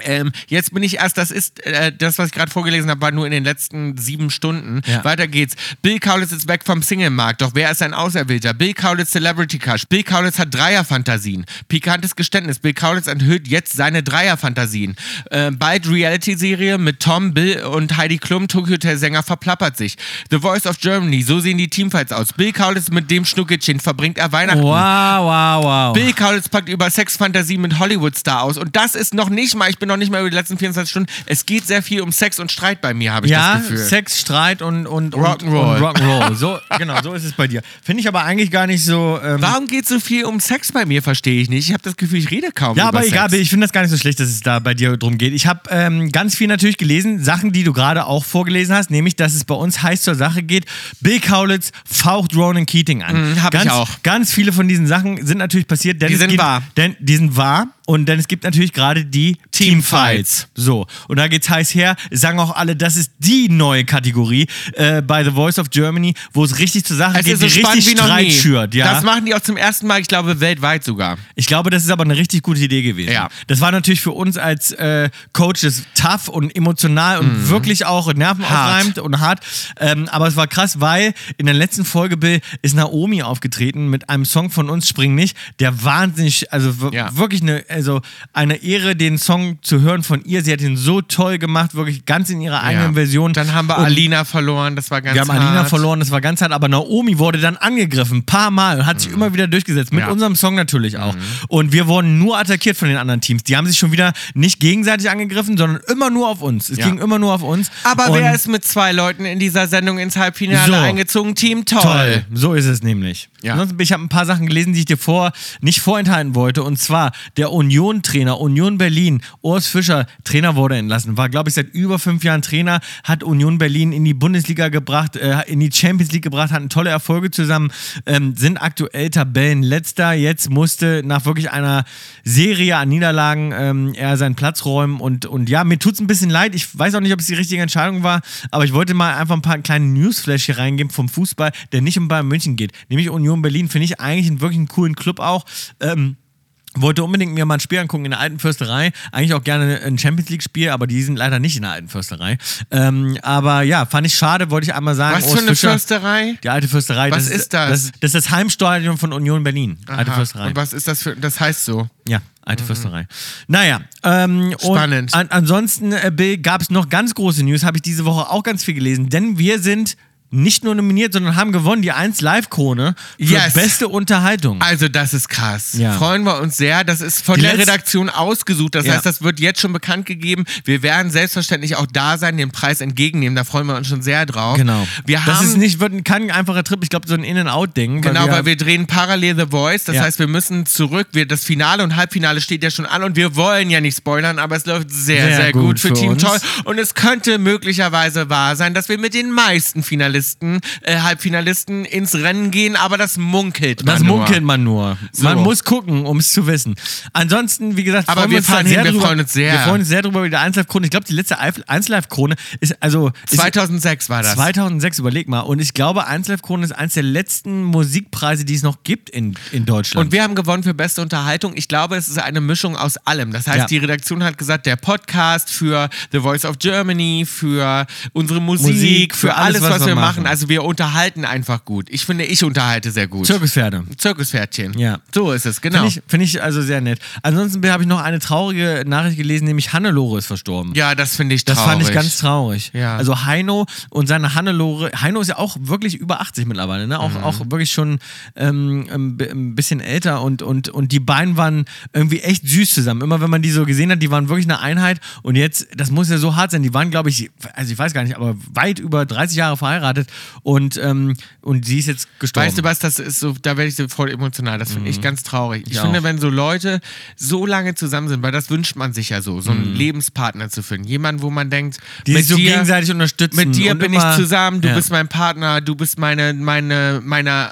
B: Ähm, jetzt bin ich erst, das ist, äh, das, was ich gerade vorgelesen habe, war nur in den letzten sieben Stunden.
A: Ja.
B: Weiter geht's. Bill Kaulitz ist weg vom Single-Markt, doch wer ist ein Auserwählter? Bill Kaulitz Celebrity Crush. Bill Kaulitz hat Dreierfantasien. Pikantes Geständnis. Bill Kaulitz enthüllt jetzt seine Dreierfantasien. Äh, bald Reality-Serie mit Tom, Bill und Heidi Klum, Tokyo Hotel-Sänger, verplappert sich. The Voice of Germany, so sehen die Teamfights aus. Bill Kaulitz mit dem Schnuckelchen verbringt er Weihnachten.
A: Wow, wow, wow.
B: Bill Kaulitz packt über Sexfantasie mit Hollywood-Star aus. Und das ist noch nicht mal, ich bin noch nicht mal über die letzten 24 Stunden. Es geht sehr viel um Sex und Streit bei mir, habe ich
A: ja,
B: das Gefühl.
A: Sex, Streit und, und, und
B: Rock'n'Roll.
A: Und Rock'n'Roll. So, genau, so ist es bei dir. Finde ich aber eigentlich gar nicht so. Ähm,
B: Warum geht so viel um Sex bei mir, verstehe ich nicht. Ich habe das Gefühl, ich rede kaum
A: ja,
B: Genau, über
A: aber
B: Sex.
A: egal, ich finde das gar nicht so schlecht, dass es da bei dir drum geht. Ich habe ähm, ganz viel natürlich gelesen, Sachen, die du gerade auch vorgelesen hast, nämlich, dass es bei uns heiß zur Sache geht. Bill Kaulitz faucht Ronan Keating an.
B: Mhm, hab ich
A: ganz,
B: auch.
A: Ganz viele von diesen Sachen sind natürlich passiert. Denn
B: Die
A: es
B: sind
A: gibt,
B: wahr.
A: Denn, die sind wahr. Und denn es gibt natürlich gerade die Teamfights.
B: Teamfights.
A: So, und da geht's heiß her. Sagen auch alle, das ist die neue Kategorie äh, bei The Voice of Germany, wo es richtig zur Sache
B: Es
A: geht,
B: ist so
A: die
B: spannend
A: richtig
B: wie noch
A: Streit
B: nie.
A: schürt. Ja.
B: Das machen die auch zum ersten Mal, ich glaube, weltweit sogar.
A: Ich glaube, das ist aber eine richtig gute Idee gewesen.
B: Ja.
A: Das war natürlich für uns als äh, Coaches tough und emotional
B: Mhm.
A: und wirklich auch nervenaufreibend und hart. Ähm, aber es war krass, weil in der letzten Folge, Bill, ist Naomi aufgetreten mit einem Song von uns, Spring nicht, der wahnsinnig, also w-
B: Ja.
A: wirklich eine, also eine Ehre, den Song zu hören von ihr. Sie hat ihn so toll gemacht, wirklich ganz in ihrer eigenen
B: Ja.
A: Version.
B: Dann haben wir
A: und
B: Alina verloren, das war ganz
A: wir haben
B: hart.
A: Alina verloren, das war ganz hart, aber Naomi wurde dann angegriffen, ein paar Mal und hat sich immer wieder durchgesetzt. Mit
B: Mhm. Ja. Mhm.
A: unserem Song natürlich auch. Und wir wurden nur attackiert von den anderen Teams. Die haben sich schon wieder nicht gegenseitig angegriffen, sondern immer nur auf uns. Es
B: Ja.
A: ging immer nur auf uns.
B: Aber
A: und
B: wer ist mit zwei Leuten in dieser Sendung ins Halbfinale
A: So.
B: eingezogen? Team Toll.
A: Toll, so ist es nämlich.
B: Ja.
A: Ansonsten, ich habe ein paar Sachen gelesen, die ich dir vor, nicht vorenthalten wollte. Und zwar der Union-Trainer, Union Berlin, Urs Fischer, Trainer wurde entlassen. War, glaube ich, seit über fünf Jahren Trainer, hat Union Berlin in die Bundesliga gebracht, äh, in die Champions League gebracht, hatten tolle Erfolge zusammen, ähm, sind aktuell Tabellenletzter. Jetzt musste nach wirklich einer Serie an Niederlagen ähm, er seinen Platz räumen. Und, und ja, mir tut es ein bisschen leid. Ich weiß auch nicht, ob es die richtige Entscheidung war, aber ich wollte mal einfach ein paar kleine Newsflash hier reingeben vom Fußball, der nicht um Bayern München geht. Nämlich Union Berlin finde ich eigentlich einen wirklich einen coolen Club auch. Ähm, wollte unbedingt mir mal ein Spiel angucken in der alten Fürsterei. Eigentlich auch gerne ein Champions League-Spiel, aber die sind leider nicht in der alten Fürsterei. Ähm, aber ja, fand ich schade, wollte ich einmal sagen.
B: Was
A: Urs
B: für eine
A: Fischer,
B: Fürsterei?
A: Die alte Fürsterei.
B: Was ist das?
A: das? Das ist das Heimstadion von Union Berlin. Alte
B: Aha.
A: Fürsterei.
B: Und was ist das für, das heißt so.
A: Ja, alte Fürsterei. Naja, ähm,
B: Spannend.
A: Und an, ansonsten, äh, Bill, gab es noch ganz große News, habe ich diese Woche auch ganz viel gelesen, denn wir sind nicht nur nominiert, sondern haben gewonnen die 1 Live-Krone für
B: Yes.
A: beste Unterhaltung.
B: Also das ist krass.
A: Ja.
B: Freuen wir uns sehr. Das ist von
A: Die
B: der
A: letz-
B: Redaktion ausgesucht. Das
A: Ja.
B: heißt, das wird jetzt schon bekannt gegeben. Wir werden selbstverständlich auch da sein, den Preis entgegennehmen. Da freuen wir uns schon sehr drauf.
A: Genau.
B: Wir
A: das
B: haben
A: ist nicht, wird kein einfacher Trip, ich glaube, so ein In-and-Out-Ding.
B: Genau, weil wir drehen parallel The Voice. Das
A: Ja.
B: heißt, wir müssen zurück. Wir, das Finale und Halbfinale steht ja schon an und wir wollen ja nicht spoilern, aber es läuft sehr,
A: Sehr
B: sehr,
A: gut
B: gut, für,
A: für
B: Team
A: uns.
B: Toll. Und es könnte möglicherweise wahr sein, dass wir mit den meisten Finalisten, äh, Halbfinalisten ins Rennen gehen, aber das munkelt man
A: das
B: nur.
A: munkelt man nur. Man
B: So.
A: muss gucken, um es zu wissen. Ansonsten, wie gesagt,
B: Aber
A: freuen
B: wir
A: uns da
B: fahren hin, wir freuen uns sehr.
A: Wir freuen uns sehr drüber, wie der 1 Live-Krone. Ich glaube, die letzte 1 Live-Krone ist also. Ist,
B: 2006 war das.
A: 2006, überleg mal. Und ich glaube, 1 Live Krone ist eins der letzten Musikpreise, die es noch gibt in, in Deutschland.
B: Und wir haben gewonnen für beste Unterhaltung. Ich glaube, es ist eine Mischung aus allem. Das heißt,
A: Ja.
B: die Redaktion hat gesagt, der Podcast für The Voice of Germany, für unsere Musik, für, alles, was, wir machen, machen. Also wir unterhalten einfach gut. Ich finde, ich unterhalte sehr gut.
A: Zirkuspferde.
B: Zirkuspferdchen.
A: Ja.
B: So ist es, genau.
A: Finde ich, finde ich also sehr nett. Ansonsten habe ich noch eine traurige Nachricht gelesen, nämlich Hannelore ist verstorben.
B: ja, das finde ich
A: Das
B: traurig.
A: fand ich ganz traurig.
B: Ja.
A: Also Heino und seine Hannelore. Heino ist ja auch wirklich über 80 mittlerweile, ne? Auch,
B: Mhm.
A: auch wirklich schon ähm, ein bi- ein bisschen älter und, und, und die beiden waren irgendwie echt süß zusammen. Immer wenn man die so gesehen hat, die waren wirklich eine Einheit. Und jetzt, das muss ja so hart sein. Die waren, glaube ich, also ich weiß gar nicht, aber weit über 30 Jahre verheiratet und, ähm, und sie ist jetzt gestorben.
B: Weißt du was, das ist so, da werde ich so voll emotional. Das finde ich ganz traurig.
A: Mhm.
B: Ich,
A: Ich
B: finde,
A: auch.
B: wenn so Leute so lange zusammen sind, weil das wünscht man sich ja so, so einen Lebenspartner zu finden. Jemanden, wo man denkt,
A: Mhm. die
B: mit
A: sich so
B: dir,
A: gegenseitig unterstützen.
B: mit dir
A: und
B: bin
A: immer-
B: ich zusammen, du
A: Ja.
B: bist mein Partner, du bist meine, meine, meine,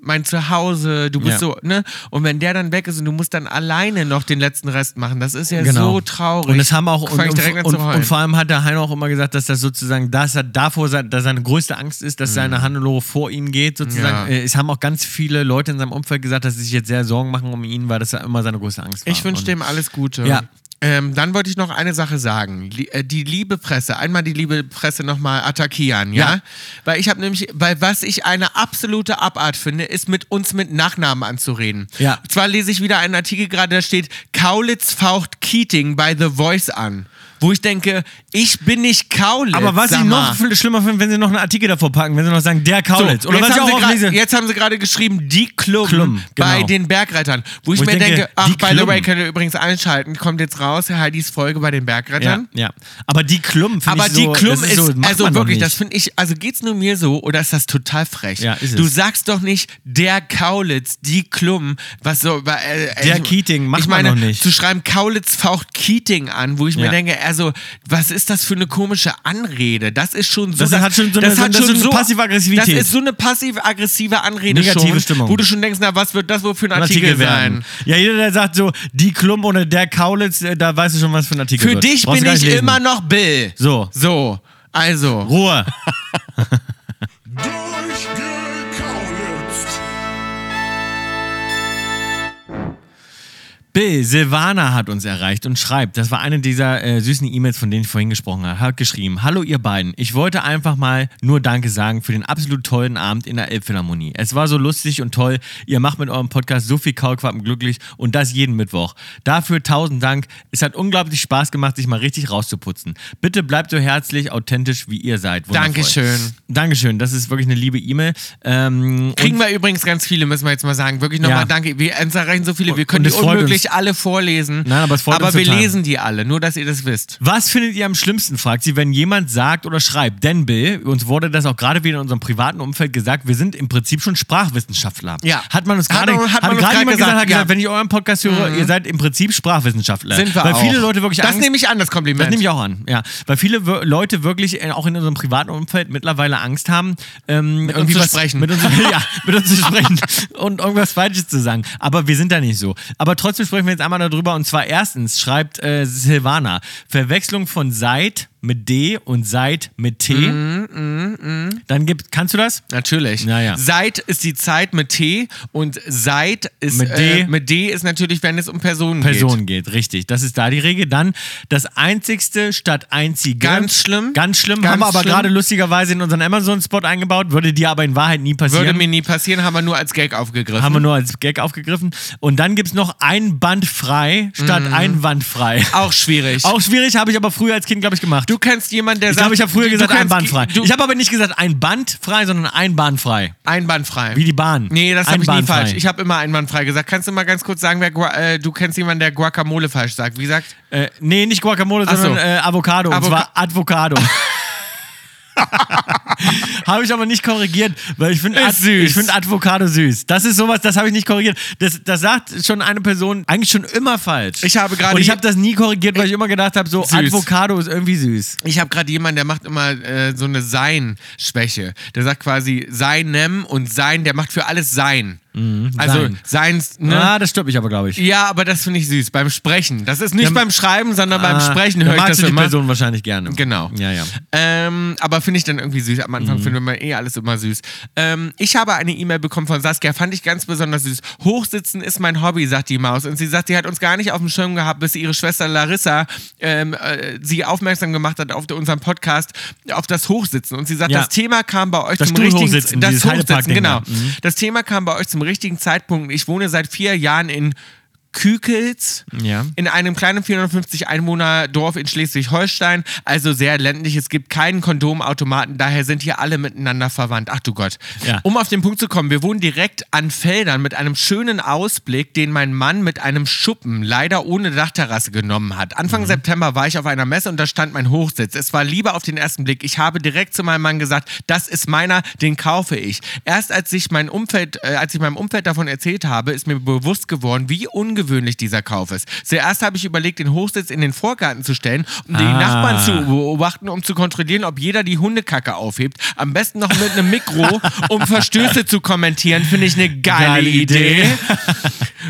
B: mein Zuhause, du bist
A: Ja.
B: so, ne? Und wenn der dann weg ist und du musst dann alleine noch den letzten Rest machen, das ist ja
A: Genau.
B: so traurig.
A: Und das haben auch und,
B: Fang ich
A: und,
B: direkt an
A: und,
B: zu heulen.
A: und vor allem hat der Heino auch immer gesagt, dass das sozusagen, dass er davor sein, dass seine größte Angst ist, dass seine Hannelore vor ihm geht, sozusagen.
B: Ja.
A: Äh, Es haben auch ganz viele Leute in seinem Umfeld gesagt, dass sie sich jetzt sehr Sorgen machen um ihn, weil das ja immer seine größte Angst war.
B: Ich wünsche
A: Und-
B: dem alles Gute.
A: Ja.
B: Ähm, dann wollte ich noch eine Sache sagen. Lie- äh, Die liebe Presse, einmal die liebe Presse nochmal attackieren, ja?
A: Ja.
B: Weil ich habe nämlich, weil was ich eine absolute Abart finde, ist mit uns mit Nachnamen anzureden.
A: Ja.
B: Zwar lese ich wieder einen Artikel gerade, da steht, Kaulitz faucht Keating bei The Voice an. Wo ich denke, ich bin nicht Kaulitz.
A: Aber was
B: sag
A: ich noch
B: mal.
A: viel schlimmer finde, wenn sie noch einen Artikel davor packen, wenn sie noch sagen, der Kaulitz.
B: So,
A: Oder
B: jetzt,
A: was ich
B: haben
A: auch
B: sie
A: oft
B: grad-
A: lese.
B: jetzt haben sie gerade geschrieben, die Klum,
A: Klum,
B: bei
A: genau.
B: den Bergreitern. Wo ich
A: Wo ich
B: mir denke,
A: denke,
B: ach,
A: die
B: by the
A: Klum.
B: way, könnt ihr übrigens einschalten, kommt jetzt raus, Heidis Folge bei den
A: Ja,
B: Bergreitern.
A: ja. Aber die Klum finde
B: Aber
A: ich
B: die
A: so,
B: Klum
A: das
B: ist,
A: ist, so, macht man
B: also
A: doch
B: wirklich,
A: nicht.
B: das finde ich, also geht's nur mir so oder ist das total frech?
A: Ja, ist es.
B: du sagst doch nicht, der Kaulitz, die Klum, was so, wa- äh, äh,
A: Der
B: ich-
A: Keating, macht
B: ich
A: man
B: meine,
A: doch nicht.
B: zu schreiben, Kaulitz faucht Keating an, wo ich mir
A: Ja.
B: denke, also, was ist das für eine komische Anrede? Das ist schon so,
A: Das hat schon so eine-
B: das hat
A: das ist
B: schon
A: so Passiv-Aggressivität.
B: Das ist so eine passiv-aggressive Anrede
A: Negative
B: schon,
A: Stimmung.
B: wo du schon denkst, na, was wird das wohl für ein Artikel, sein?
A: Ja, jeder, der sagt so, die Klum oder der Kaulitz, äh, da weißt du schon, was für ein Artikel
B: Für
A: wird.
B: dich
A: Brauchst du
B: bin
A: gar
B: ich
A: nicht lesen.
B: immer noch Bill.
A: So.
B: So. Also.
A: Ruhe.
C: Durchgekaulitzt.
A: Bill, Silvana hat uns erreicht und schreibt, das war eine dieser äh, süßen E-Mails, von denen ich vorhin gesprochen habe, hat geschrieben, hallo ihr beiden, ich wollte einfach mal nur Danke sagen für den absolut tollen Abend in der Elbphilharmonie. Es war so lustig und toll, ihr macht mit eurem Podcast so viel Kaulquappen glücklich und das jeden Mittwoch. Dafür tausend Dank, es hat unglaublich Spaß gemacht, sich mal richtig rauszuputzen. Bitte bleibt so herzlich, authentisch, wie ihr seid. Wundervoll.
B: Dankeschön.
A: Dankeschön, das ist wirklich eine liebe E-Mail. Ähm,
B: Kriegen
A: und-
B: wir übrigens ganz viele, müssen wir jetzt mal sagen. Wirklich nochmal
A: Ja.
B: danke. Wir uns erreichen so viele, wir
A: Und-
B: können
A: und
B: die
A: es freut
B: unmöglich alle vorlesen.
A: Nein, aber es freut uns
B: wir
A: total.
B: lesen die alle, nur dass ihr das wisst.
A: Was findet ihr am schlimmsten, fragt sie, wenn jemand sagt oder schreibt, denn Bill, uns wurde das auch gerade wieder in unserem privaten Umfeld gesagt, wir sind im Prinzip schon Sprachwissenschaftler.
B: Ja.
A: Hat man uns
B: Hat
A: gerade
B: man- hat
A: hat
B: man
A: gerade
B: uns
A: jemand
B: gerade
A: gesagt,
B: gesagt,
A: hat gesagt
B: ja. Mhm.
A: wenn ich euren Podcast höre, ihr seid im Prinzip Sprachwissenschaftler.
B: Sind wir
A: Weil
B: auch.
A: viele Leute wirklich
B: Das
A: Angst-
B: nehme ich an, das Kompliment.
A: das nehme ich auch an, ja. Weil viele wir- Leute wirklich äh, auch in unserem privaten Umfeld mittlerweile Angst haben, ähm, mit irgendwie
B: zu
A: was,
B: sprechen.
A: Mit uns, ja, mit uns zu sprechen und irgendwas Falsches zu sagen. Aber wir sind da nicht so. Aber trotzdem sprechen wir jetzt einmal darüber. Und zwar erstens schreibt äh, Silvana, Verwechslung von Seit mit D und Seit mit T.
B: Mhm,
A: Dann gibt, kannst du das?
B: Natürlich.
A: Ja, ja.
B: Seit ist die Zeit mit T und seit ist
A: Mit D.
B: Äh, mit D ist natürlich, wenn es um Personen, geht.
A: Person geht, richtig. Das ist da die Regel. Dann das Einzigste statt Einzige.
B: Ganz schlimm.
A: Ganz schlimm.
B: Ganz
A: haben wir aber
B: schlimm.
A: gerade lustigerweise in unseren Amazon-Spot eingebaut. Würde dir aber in Wahrheit nie passieren.
B: Würde mir nie passieren, haben wir nur als Gag aufgegriffen.
A: haben wir nur als Gag aufgegriffen. Und dann gibt es noch ein Band frei statt
B: Mhm.
A: ein Wand frei.
B: auch schwierig.
A: Auch schwierig, habe ich aber früher als Kind, glaube ich, gemacht.
B: du kennst jemanden, der
A: ich
B: sagt.
A: glaube, ich habe früher
B: du
A: gesagt, ein
B: kannst-
A: Band frei.
B: Du,
A: Ich habe aber nicht gesagt, ein Band frei, sondern ein Bahn frei.
B: einwandfrei.
A: Wie die Bahn.
B: Nee, das habe ich nie
A: Einbahnfrei.
B: falsch. Ich habe immer einwandfrei gesagt. Kannst du mal ganz kurz sagen, wer Gua äh, du kennst jemanden, der Guacamole falsch sagt? Wie sagt?
A: Äh, nee, nicht Guacamole,
B: Ach so.
A: sondern äh, Avocado.
B: Avoca-
A: und zwar Advocado. habe ich aber nicht korrigiert, weil ich finde
B: Ist
A: Ad
B: süß.
A: ich finde Advocado süß. Das ist sowas, das habe ich nicht korrigiert. Das, das sagt schon eine Person eigentlich schon immer falsch.
B: Ich habe gerade
A: Und ich
B: die-
A: habe das nie korrigiert, weil ich immer gedacht habe, so
B: Süß.
A: Advocado ist irgendwie süß.
B: Ich habe gerade jemanden, der macht immer äh, so eine Sein-Schwäche. Der sagt quasi seinem und sein, der macht für alles sein. Also
A: Mhm, sein.
B: seins, ne?
A: Ah, das stört mich aber, glaube ich.
B: Ja, aber das finde ich süß. Beim Sprechen. Das ist nicht
A: Dann-
B: beim Schreiben, sondern beim
A: Ah,
B: Sprechen
A: dann
B: höre ich
A: magst
B: das
A: du die
B: immer.
A: Person wahrscheinlich gerne.
B: Genau.
A: Ja, ja.
B: Ähm, aber finde ich dann irgendwie süß. Am
A: Mhm.
B: Anfang findet man eh alles immer süß. Ähm, ich habe eine E-Mail bekommen von Saskia, fand ich ganz besonders süß. Hochsitzen ist mein Hobby, sagt die Maus. Und sie sagt, sie hat uns gar nicht auf dem Schirm gehabt, bis ihre Schwester Larissa ähm, äh, sie aufmerksam gemacht hat auf unseren Podcast, auf das Hochsitzen. Und sie sagt,
A: Ja.
B: das Thema kam bei euch
A: Das
B: zum richtigen
A: Stuhlhochsitzen,
B: Das
A: dieses
B: Hochsitzen,
A: Heidepark-Ding
B: genau.
A: da. Mhm.
B: Das Thema kam bei euch zum richtigen Zeitpunkt. Ich wohne seit vier Jahren in Kükels
A: Ja.
B: in einem kleinen 450 Einwohner Dorf in Schleswig-Holstein, also sehr ländlich. Es gibt keinen Kondomautomaten, daher sind hier alle miteinander verwandt. Ach du Gott.
A: Ja.
B: Um auf den Punkt zu kommen, wir wohnen direkt an Feldern mit einem schönen Ausblick, den mein Mann mit einem Schuppen leider ohne Dachterrasse genommen hat. Anfang September war ich auf einer Messe und da stand mein Hochsitz. Es war lieber auf den ersten Blick. Ich habe direkt zu meinem Mann gesagt, das ist meiner, den kaufe ich. Erst als ich mein Umfeld, äh, als ich meinem Umfeld davon erzählt habe, ist mir bewusst geworden, wie ungewöhnlich dieser Kauf ist. Zuerst habe ich überlegt, den Hochsitz in den Vorgarten zu stellen, um die
A: Ah.
B: Nachbarn zu beobachten, um zu kontrollieren, ob jeder die Hundekacke aufhebt. Am besten noch mit einem Mikro, um Verstöße zu kommentieren. Finde ich eine geile,
A: Geile Idee.
B: Idee.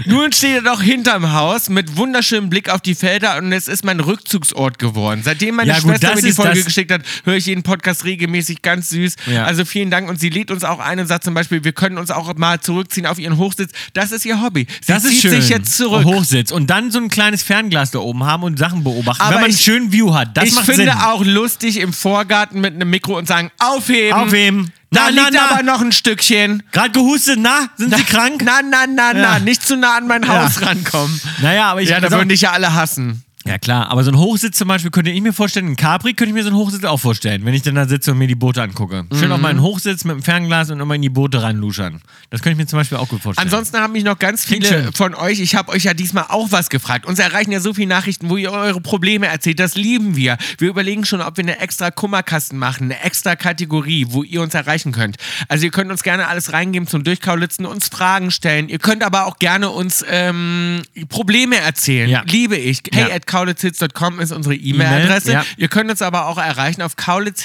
B: Nun steht er doch hinterm Haus mit wunderschönem Blick auf die Felder und es ist mein Rückzugsort geworden. Seitdem meine
A: Ja, gut,
B: Schwester
A: das
B: mir die
A: ist
B: Folge
A: das-
B: geschickt hat, höre ich jeden Podcast regelmäßig ganz süß.
A: Ja.
B: Also vielen Dank und sie lädt uns auch ein und sagt zum Beispiel, wir können uns auch mal zurückziehen auf ihren Hochsitz. Das ist ihr Hobby. Sie
A: Das
B: zieht
A: ist schön.
B: sich jetzt zurück.
A: Hochsitz. Und dann so ein kleines Fernglas da oben haben und Sachen beobachten.
B: Aber
A: Wenn man
B: ich-
A: einen schönen View hat, das
B: ich
A: macht
B: finde
A: Sinn.
B: auch lustig im Vorgarten mit einem Mikro und sagen, aufheben.
A: Aufheben.
B: Da
A: Na, na,
B: liegt
A: na.
B: aber noch ein Stückchen.
A: Gerade gehustet, na? Sind Sie krank?
B: Na, na, na, na.
A: Ja.
B: Nicht zu nah an mein
A: Ja.
B: Haus rankommen.
A: Naja, aber ich
B: Ja, da
A: sag-
B: würden dich ja alle hassen.
A: Ja klar, aber so ein Hochsitz zum Beispiel könnte ich mir vorstellen, ein Capri könnte ich mir so einen Hochsitz auch vorstellen, wenn ich dann da sitze und mir die Boote angucke. Schön auf meinen Hochsitz mit dem Fernglas und immer in die Boote reinluschern. Das könnte ich mir zum Beispiel auch gut vorstellen.
B: Ansonsten haben mich noch ganz viele
A: Schön.
B: von euch, ich habe euch ja diesmal auch was gefragt. Uns erreichen ja so viele Nachrichten, wo ihr eure Probleme erzählt. Das lieben wir. Wir überlegen schon, ob wir eine extra Kummerkasten machen, eine extra Kategorie, wo ihr uns erreichen könnt. Also ihr könnt uns gerne alles reingeben zum Durchkaulitzen, uns Fragen stellen. Ihr könnt aber auch gerne uns ähm, Probleme erzählen.
A: Ja.
B: Liebe ich. Hey
A: Ja.
B: at kaulitzhits.com ist unsere E-Mail-Adresse.
A: E-Mail, ja.
B: Ihr könnt uns aber auch erreichen auf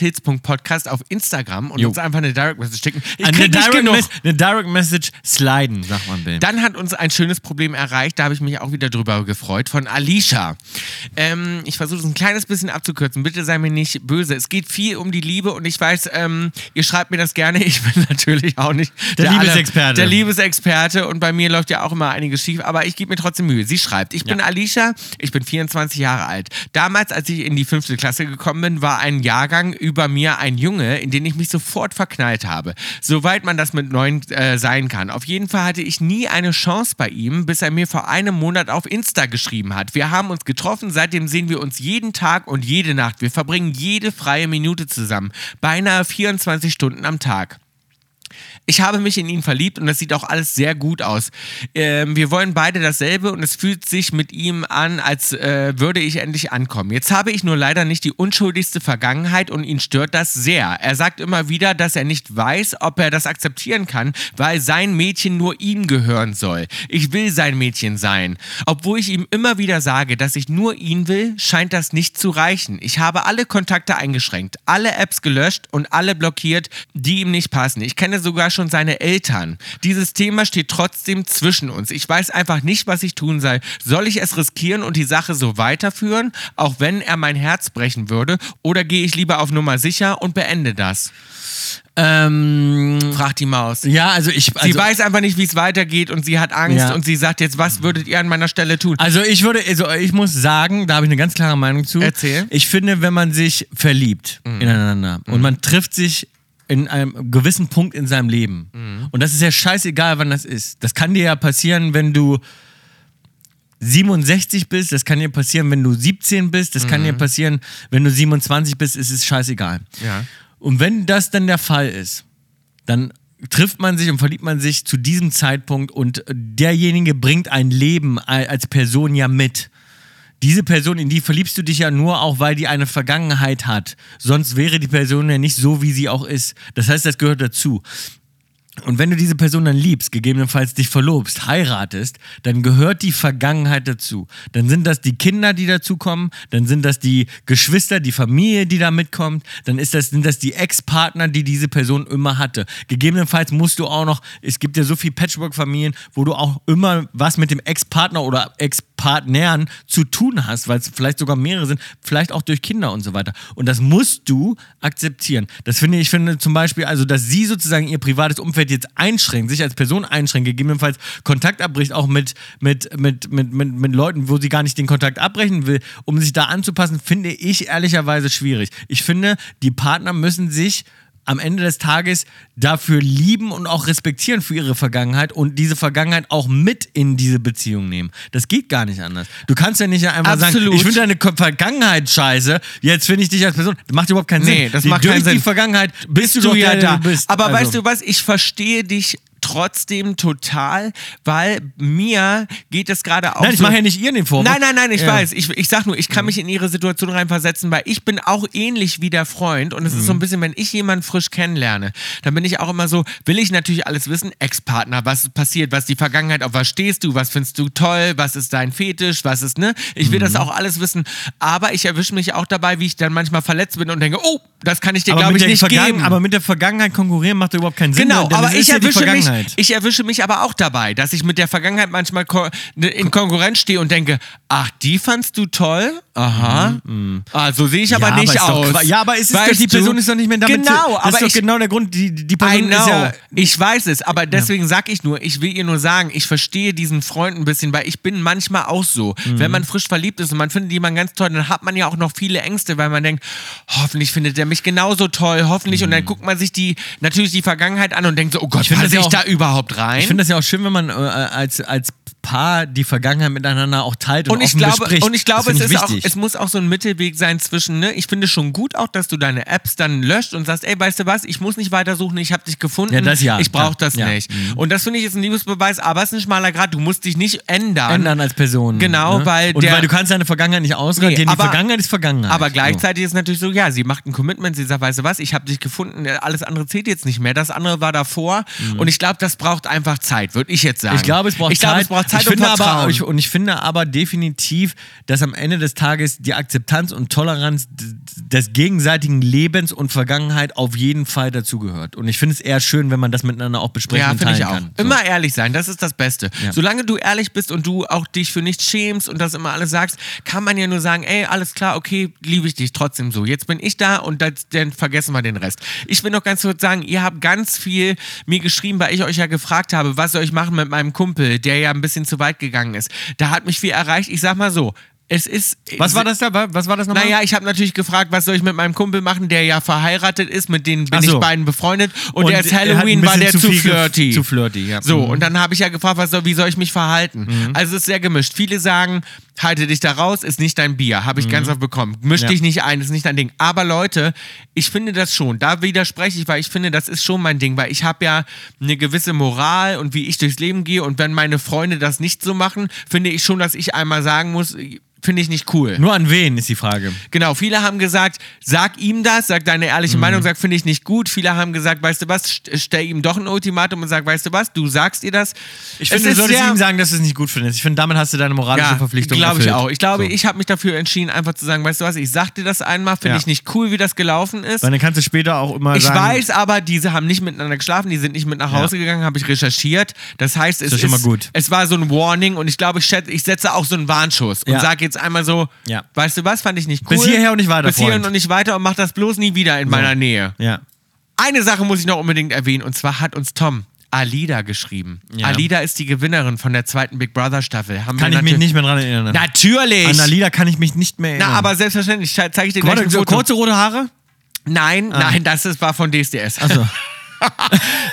B: kaulitzhits.podcast auf Instagram und
A: Jo.
B: uns einfach eine Direct Message schicken. Ich
A: Äh, eine,
B: krieg nicht
A: Direct
B: genug.
A: Mes- eine Direct Message sliden, sagt man Bill.
B: Dann hat uns ein schönes Problem erreicht, da habe ich mich auch wieder drüber gefreut, von Alicia. Ähm, ich versuche es ein kleines bisschen abzukürzen, bitte sei mir nicht böse. Es geht viel um die Liebe und ich weiß, ähm, ihr schreibt mir das gerne, ich bin natürlich auch nicht
A: Der
B: aller-
A: Liebesexperte.
B: Der Liebesexperte und bei mir läuft ja auch immer einiges schief, aber ich gebe mir trotzdem Mühe. Sie schreibt, ich bin Alicia, ich bin 24 Jahre alt. Damals, als ich in die fünfte Klasse gekommen bin, war ein Jahrgang über mir ein Junge, in den ich mich sofort verknallt habe. Soweit man das mit neun äh, sein kann. Auf jeden Fall hatte ich nie eine Chance bei ihm, bis er mir vor einem Monat auf Insta geschrieben hat. Wir haben uns getroffen, seitdem sehen wir uns jeden Tag und jede Nacht. Wir verbringen jede freie Minute zusammen. Beinahe 24 Stunden am Tag. Ich habe mich in ihn verliebt und das sieht auch alles sehr gut aus. Ähm, wir wollen beide dasselbe und es fühlt sich mit ihm an, als äh, würde ich endlich ankommen. Jetzt habe ich nur leider nicht die unschuldigste Vergangenheit und ihn stört das sehr. Er sagt immer wieder, dass er nicht weiß, ob er das akzeptieren kann, weil sein Mädchen nur ihm gehören soll. Ich will sein Mädchen sein. Obwohl ich ihm immer wieder sage, dass ich nur ihn will, scheint das nicht zu reichen. Ich habe alle Kontakte eingeschränkt, alle Apps gelöscht und alle blockiert, die ihm nicht passen. Ich kenne sogar schon seine Eltern. Dieses Thema steht trotzdem zwischen uns. Ich weiß einfach nicht, was ich tun soll. Soll ich es riskieren und die Sache so weiterführen, auch wenn er mein Herz brechen würde? Oder gehe ich lieber auf Nummer sicher und beende das?
A: ähm,
B: Fragt die Maus.
A: ja, also ich.
B: Sie
A: Also,
B: weiß einfach nicht, wie es weitergeht und sie hat Angst
A: Ja.
B: und sie sagt jetzt, was würdet ihr an meiner Stelle tun?
A: also ich würde, also ich muss sagen, da habe ich eine ganz klare Meinung zu.
B: Erzähl.
A: Ich finde, wenn man sich verliebt ineinander und man trifft sich in einem gewissen Punkt in seinem Leben und das ist ja scheißegal, wann das ist. Das kann dir ja passieren, wenn du 67 bist, das kann dir passieren, wenn du 17 bist, das kann dir passieren, wenn du 27 bist, es ist scheißegal.
B: Ja.
A: Und wenn das dann der Fall ist, dann trifft man sich und verliebt man sich zu diesem Zeitpunkt und derjenige bringt ein Leben a- als Person ja mit. Diese Person, in die verliebst du dich ja nur auch, weil die eine Vergangenheit hat. Sonst wäre die Person ja nicht so, wie sie auch ist. Das heißt, das gehört dazu. Und wenn du diese Person dann liebst, gegebenenfalls dich verlobst, heiratest, dann gehört die Vergangenheit dazu. Dann sind das die Kinder, die dazukommen, dann sind das die Geschwister, die Familie, die da mitkommt, dann ist das, sind das die Ex-Partner, die diese Person immer hatte. Gegebenenfalls musst du auch noch, es gibt ja so viele Patchwork-Familien, wo du auch immer was mit dem Ex-Partner oder Ex-Partnern zu tun hast, weil es vielleicht sogar mehrere sind, vielleicht auch durch Kinder und so weiter. Und das musst du akzeptieren. Das finde ich, finde zum Beispiel, also, dass sie sozusagen ihr privates Umfeld jetzt einschränkt, sich als Person einschränkt, gegebenenfalls Kontakt abbricht, auch mit, mit, mit, mit, mit, mit Leuten, wo sie gar nicht den Kontakt abbrechen will, um sich da anzupassen, finde ich ehrlicherweise schwierig. Ich finde, die Partner müssen sich am Ende des Tages dafür lieben und auch respektieren für ihre Vergangenheit und diese Vergangenheit auch mit in diese Beziehung nehmen. Das geht gar nicht anders. Du kannst ja nicht einfach sagen,
B: Absolut.
A: ich finde deine Ko- Vergangenheit scheiße, jetzt finde ich dich als Person. Das macht überhaupt keinen Sinn.
B: Nee, das
A: Die-
B: macht
A: Durch
B: keinen
A: die
B: Sinn.
A: Vergangenheit bist,
B: bist du
A: doch
B: ja
A: der,
B: da.
A: Du bist.
B: Aber
A: Also-
B: weißt du was? Ich verstehe dich trotzdem total, weil mir geht es gerade auch
A: Nein, ich
B: so.
A: mache ja nicht ihr den Vorwurf.
B: Nein, nein, nein, ich
A: Ja.
B: weiß. Ich, ich sag nur, ich kann mich in ihre Situation reinversetzen, weil ich bin auch ähnlich wie der Freund. Und es
A: Mhm.
B: ist so ein bisschen, wenn ich jemanden frisch kennenlerne, dann bin ich auch immer so, will ich natürlich alles wissen, Ex-Partner, was ist passiert, was ist die Vergangenheit, auf was stehst du, was findest du toll, was ist dein Fetisch, was ist, ne? Ich will
A: Mhm.
B: das auch alles wissen. Aber ich erwische mich auch dabei, wie ich dann manchmal verletzt bin und denke, oh, das kann ich dir,
A: Aber
B: glaube
A: mit
B: ich,
A: der
B: nicht
A: Vergangen-
B: geben.
A: Aber mit der Vergangenheit konkurrieren macht überhaupt keinen Sinn.
B: Genau,
A: denn
B: aber
A: es
B: ich
A: ist ja die
B: erwische, mich,
A: Vergangenheit.
B: ich erwische mich aber auch dabei, dass ich mit der Vergangenheit manchmal ko ne- in Konkurrenz stehe und denke, ach, die fandst du toll? Aha. Ah, so sehe ich aber
A: Mhm, ja,
B: nicht
A: ist doch
B: aus.
A: Qua- ja, aber ist es
B: Weißt
A: doch, die
B: du?
A: Person ist doch nicht mehr damit.
B: Genau,
A: das ist
B: aber
A: doch
B: ich,
A: genau der Grund, die, die
B: I
A: Person
B: know.
A: ist ja.
B: ich weiß es, aber deswegen sag ich nur, ich will ihr nur sagen, ich verstehe diesen Freund ein bisschen, weil ich bin manchmal auch so.
A: Mhm.
B: Wenn man frisch verliebt ist und man findet jemanden ganz toll, dann hat man ja auch noch viele Ängste, weil man denkt, hoffentlich findet er mich genauso toll, hoffentlich. Und dann guckt man sich die natürlich die Vergangenheit an und denkt so, oh Gott,
A: Mhm. Ich finde
B: passe
A: das
B: ich
A: ja
B: da überhaupt rein?
A: Ich finde das ja auch schön, wenn man äh, als, als Paar die Vergangenheit miteinander auch teilt und,
B: und ich
A: offen
B: glaube,
A: bespricht.
B: und ich
A: Das
B: glaube, es
A: finde
B: ist
A: ich
B: auch,
A: wichtig.
B: es muss auch so ein Mittelweg sein zwischen, ne, ich finde schon gut auch, dass du deine Apps dann löscht und sagst, ey, weißt du was, ich muss nicht weitersuchen, ich habe dich gefunden,
A: Ja, das ja.
B: ich brauche das
A: Ja. Mhm.
B: nicht. Und das finde ich jetzt ein Liebesbeweis, aber es ist ein schmaler Grad, du musst dich nicht ändern.
A: ändern als Person.
B: Genau,
A: ne?
B: weil
A: und
B: der-
A: weil du kannst deine Vergangenheit nicht
B: Nee,
A: ausradieren. die
B: aber-
A: Vergangenheit ist Vergangenheit.
B: Aber
A: So.
B: gleichzeitig ist natürlich so, ja, sie macht ein Commitment, sie sagt, weißt du was, ich habe dich gefunden, äh, alles andere zählt jetzt nicht mehr, das andere war davor und ich glaube, das braucht einfach Zeit, würde ich jetzt sagen.
A: Mhm. Ich glaube, es braucht
B: ich glaube,
A: Zeit.
B: es braucht Zeit
A: ich
B: und
A: finde aber,
B: Vertrauen.
A: ich, und ich finde aber definitiv, dass am Ende des Tages die Akzeptanz und Toleranz d- des gegenseitigen Lebens und Vergangenheit auf jeden Fall dazugehört. Und ich finde es eher schön, wenn man das miteinander auch besprechen
B: Ja,
A: und
B: finde
A: teilen
B: ich auch.
A: kann. So.
B: Immer ehrlich sein, das ist das Beste.
A: Ja.
B: Solange du ehrlich bist und du auch dich für nichts schämst und das immer alles sagst, kann man ja nur sagen, ey, alles klar, okay, liebe ich dich trotzdem so. Jetzt bin ich da und das, dann vergessen wir den Rest. Ich will noch ganz kurz sagen, ihr habt ganz viel mir geschrieben, weil ich euch ja gefragt habe, was soll ich machen mit meinem Kumpel, der ja ein bisschen zu weit gegangen ist. Da hat mich viel erreicht. Ich sag mal so, es ist...
A: Was war das da? Wa- Was war das nochmal?
B: Naja, ich habe natürlich gefragt, was soll ich mit meinem Kumpel machen, der ja verheiratet ist, mit denen bin
A: Ach so.
B: ich beiden befreundet und,
A: Und
B: der ist
A: er hat ein
B: Halloween, war
A: bisschen
B: der
A: zu
B: zu,
A: viel ge-
B: flirty.
A: zu flirty, ja. Mhm.
B: So, und dann habe ich ja gefragt, was soll, wie soll ich mich verhalten? Also es ist sehr gemischt. Viele sagen, halte dich da raus, ist nicht dein Bier. Habe ich ganz oft bekommen. Misch
A: Mhm. Ja.
B: dich nicht ein, ist nicht dein Ding. Aber Leute, ich finde das schon, da widerspreche ich, weil ich finde, das ist schon mein Ding, weil ich habe ja eine gewisse Moral und wie ich durchs Leben gehe und wenn meine Freunde das nicht so machen, finde ich schon, dass ich einmal sagen muss, finde ich nicht cool.
A: Nur an wen ist die Frage.
B: Genau, viele haben gesagt, sag ihm das, sag deine ehrliche
A: Mhm.
B: Meinung, sag, finde ich nicht gut. Viele haben gesagt, weißt du was, st- stell ihm doch ein Ultimatum und sag, weißt du was, du sagst ihr das.
A: Ich
B: Es
A: finde, du
B: ist
A: solltest
B: sehr-
A: ihm sagen, dass du es nicht gut findest. Ich finde, damit hast du deine moralische
B: ja,
A: Verpflichtung
B: glaube ich
A: erfüllt.
B: auch. Ich glaube,
A: So.
B: ich habe mich dafür entschieden, einfach zu sagen, weißt du was, ich sag dir das einmal, finde
A: Ja.
B: ich nicht cool, wie das gelaufen ist.
A: Weil dann kannst du später auch immer
B: Ich
A: sagen...
B: weiß aber, diese haben nicht miteinander geschlafen, die sind nicht mit nach Hause gegangen, habe ich recherchiert. Das heißt, es,
A: doch schon
B: ist,
A: mal gut.
B: es war so ein Warning und ich glaube, ich, schätze, ich setze auch so einen Warnschuss und
A: Ja.
B: sage jetzt einmal so,
A: Ja.
B: weißt du was, fand ich nicht cool.
A: Bis hierher und nicht weiter,
B: Bis hierhin
A: Freund.
B: und nicht weiter und mach das bloß nie wieder in meiner Nähe.
A: Ja.
B: Eine Sache muss ich noch unbedingt erwähnen und zwar hat uns Tom Alida geschrieben.
A: Ja.
B: Alida ist die Gewinnerin von der zweiten Big Brother Staffel. Haben
A: Kann
B: wir
A: ich mich
B: natür-
A: nicht mehr dran erinnern.
B: Natürlich!
A: An Alida kann ich mich nicht mehr
B: Na,
A: erinnern.
B: aber selbstverständlich, zeige ich dir gleich
A: Warte,
B: ein
A: so Ah.
B: Foto.
A: kurze rote Haare?
B: Nein, nein, das ist, war von DSDS.
A: Achso.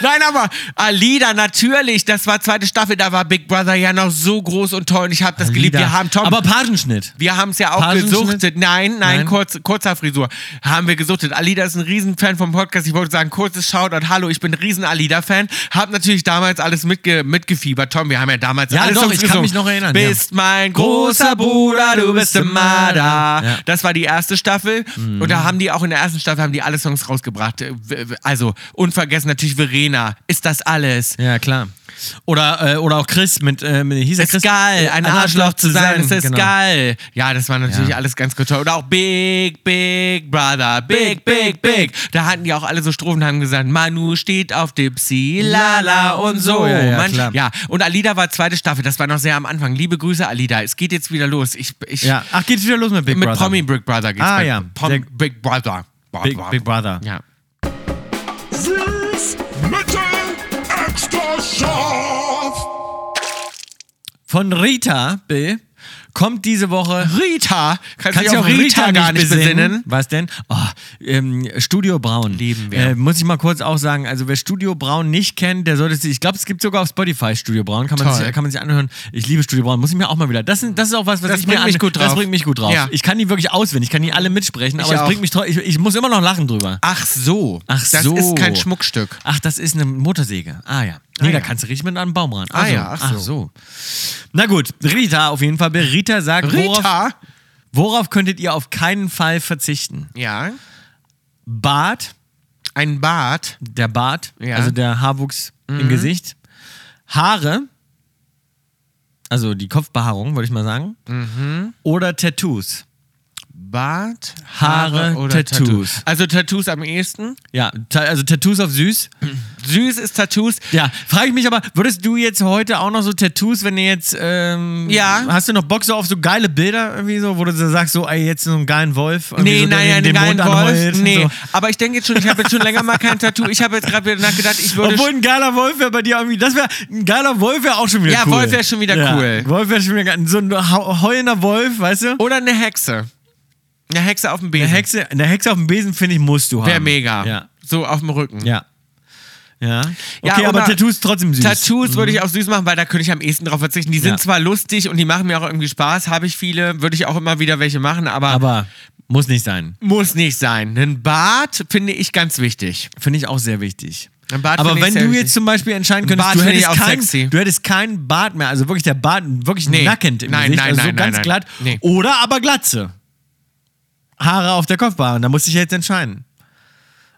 B: Nein, aber Alida, natürlich, das war zweite Staffel, da war Big Brother ja noch so groß und toll und ich habe das geliebt. Wir haben Tom.
A: Aber Pagenschnitt.
B: wir haben es ja auch
A: Pagenschnitt?
B: gesuchtet. Nein, nein,
A: Nein.
B: Kurz, kurzer Frisur. Haben wir gesuchtet. Alida ist ein Riesenfan vom Podcast. Ich wollte sagen, kurzes Shoutout. Hallo, ich bin ein Riesen-Alida-Fan. Hab natürlich damals alles mitge mitgefiebert. Tom, wir haben ja damals
A: Ja,
B: alles
A: doch,
B: uns
A: ich kann
B: gesungen.
A: mich noch erinnern, ja.
B: Bist mein großer Bruder, du bist immer
A: Ja.
B: da.
A: Mhm.
B: Das war die erste Staffel. Und da haben die auch in der ersten Staffel haben die alle Songs rausgebracht. Also, vergessen, natürlich Verena. Ist das alles?
A: Ja, klar. Oder, äh, oder auch Chris mit, äh, mit hieß er
B: Ist
A: Chris?
B: geil,
A: Äh,
B: ein Arschloch zu sein, ist das
A: genau.
B: geil. Ja, das war natürlich
A: Ja.
B: alles ganz gut toll. Oder auch Big, Big Brother, Big, Big, Big. Da hatten die auch alle so Strophen, haben gesagt, Manu steht auf Dipsy, lala und so.
A: Ja, ja,
B: Mann.
A: klar.
B: ja, und Alida war zweite Staffel, das war noch sehr am Anfang. Liebe Grüße, Alida, es geht jetzt wieder los. Ich, ich,
A: Ja. Ach, geht's wieder los mit Big
B: mit
A: Brother?
B: Promi Big Brother geht's
A: Ah,
B: bei-
A: ja.
B: Prom
A: Sehr-
B: Big Brother.
A: Big, Big Brother.
B: Ja.
C: Süß, mittel, extra scharf.
A: Von Rita B. kommt diese Woche.
B: Rita,
A: Kannst
B: kannst, du dich
A: du
B: auf Rita, gar nicht besinnen?
A: Was denn? Oh, ähm, Studio Braun.
B: Lieben wir.
A: Äh, muss ich mal kurz auch sagen, also wer Studio Braun nicht kennt, der sollte sich, ich glaube, es gibt sogar auf Spotify Studio Braun, kann man,
B: Toll.
A: sich, kann man sich anhören. Ich liebe Studio Braun, muss ich mir auch mal wieder. Das, sind- das ist auch was, was
B: Das
A: ich mir
B: bringt mich
A: an-
B: gut drauf.
A: Das bringt mich gut drauf.
B: Ja.
A: Ich kann die wirklich auswendig, ich kann die alle mitsprechen, aber
B: auch.
A: es bringt mich drauf. Ich, ich muss immer noch lachen drüber.
B: Ach so.
A: Ach
B: das
A: so.
B: Das ist kein Schmuckstück.
A: Ach, das ist eine Motorsäge. Ah ja. Nee,
B: Ah,
A: da
B: ja.
A: kannst du richtig mit an den Baum ran. Also,
B: Ah, ja, ach
A: ach so. Na gut, Rita auf jeden Fall. Rita sagt, Worauf,
B: Rita?
A: worauf könntet ihr auf keinen Fall verzichten?
B: Ja.
A: Bart,
B: Ein Bart.
A: der Bart,
B: Ja. Mhm.
A: also der Haarwuchs im Gesicht. Haare, also die Kopfbehaarung, würde ich mal sagen.
B: Mhm.
A: Oder Tattoos.
B: Bart,
A: Haare, Tattoos.
B: Also Tattoos am ehesten.
A: Ja, ta- also Tattoos auf süß.
B: Süß ist Tattoos.
A: Ja, frage ich mich aber, würdest du jetzt heute auch noch so Tattoos, wenn du jetzt, ähm,
B: Ja.
A: hast du noch Bock so auf so geile Bilder irgendwie so, wo du so sagst, so, ey, jetzt so einen geilen Wolf. irgendwie
B: Nee,
A: so, der
B: nein, nein,
A: den
B: nein,
A: Mond anheult
B: Wolf.
A: und
B: Nee.
A: So.
B: Aber ich denke jetzt schon, ich habe jetzt schon länger mal kein Tattoo. Ich habe jetzt gerade wieder nachgedacht, ich würde.
A: Obwohl ein geiler Wolf wäre bei dir irgendwie, das wäre, ein geiler Wolf wäre auch schon wieder
B: Ja,
A: cool.
B: Wolf wäre schon wieder cool.
A: Wolf wäre schon wieder geil. So ein hau- heulender Wolf, weißt du?
B: oder eine Hexe. Eine Hexe auf dem Besen.
A: Eine Hexe, eine Hexe auf dem Besen, finde ich, musst du haben.
B: Wäre mega.
A: Ja.
B: So auf dem Rücken.
A: Ja. Ja. Okay,
B: Ja,
A: aber
B: oder-
A: Tattoos trotzdem süß. Mhm.
B: Tattoos würde ich auch süß machen, weil da könnte ich am ehesten drauf verzichten. Die sind
A: Ja.
B: zwar lustig und die machen mir auch irgendwie Spaß, habe ich viele, würde ich auch immer wieder welche machen, aber,
A: aber muss nicht sein.
B: muss nicht sein. Ein Bart finde ich ganz wichtig.
A: Finde ich auch sehr wichtig.
B: Ein Bart
A: Aber
B: finde ich
A: wenn
B: sehr
A: du
B: wichtig.
A: jetzt zum Beispiel entscheiden
B: Ein
A: könntest,
B: Bart
A: du
B: finde ich
A: hättest,
B: auch
A: kein,
B: sexy.
A: du hättest keinen Bart mehr, also wirklich der Bart wirklich
B: Nee.
A: nackend im
B: Nein,
A: Gesicht,
B: nein,
A: also so
B: nein,
A: ganz
B: nein,
A: glatt.
B: nein. Nee.
A: Oder aber Glatze. Haare auf der Kopfbehaarung, da musst du dich jetzt entscheiden.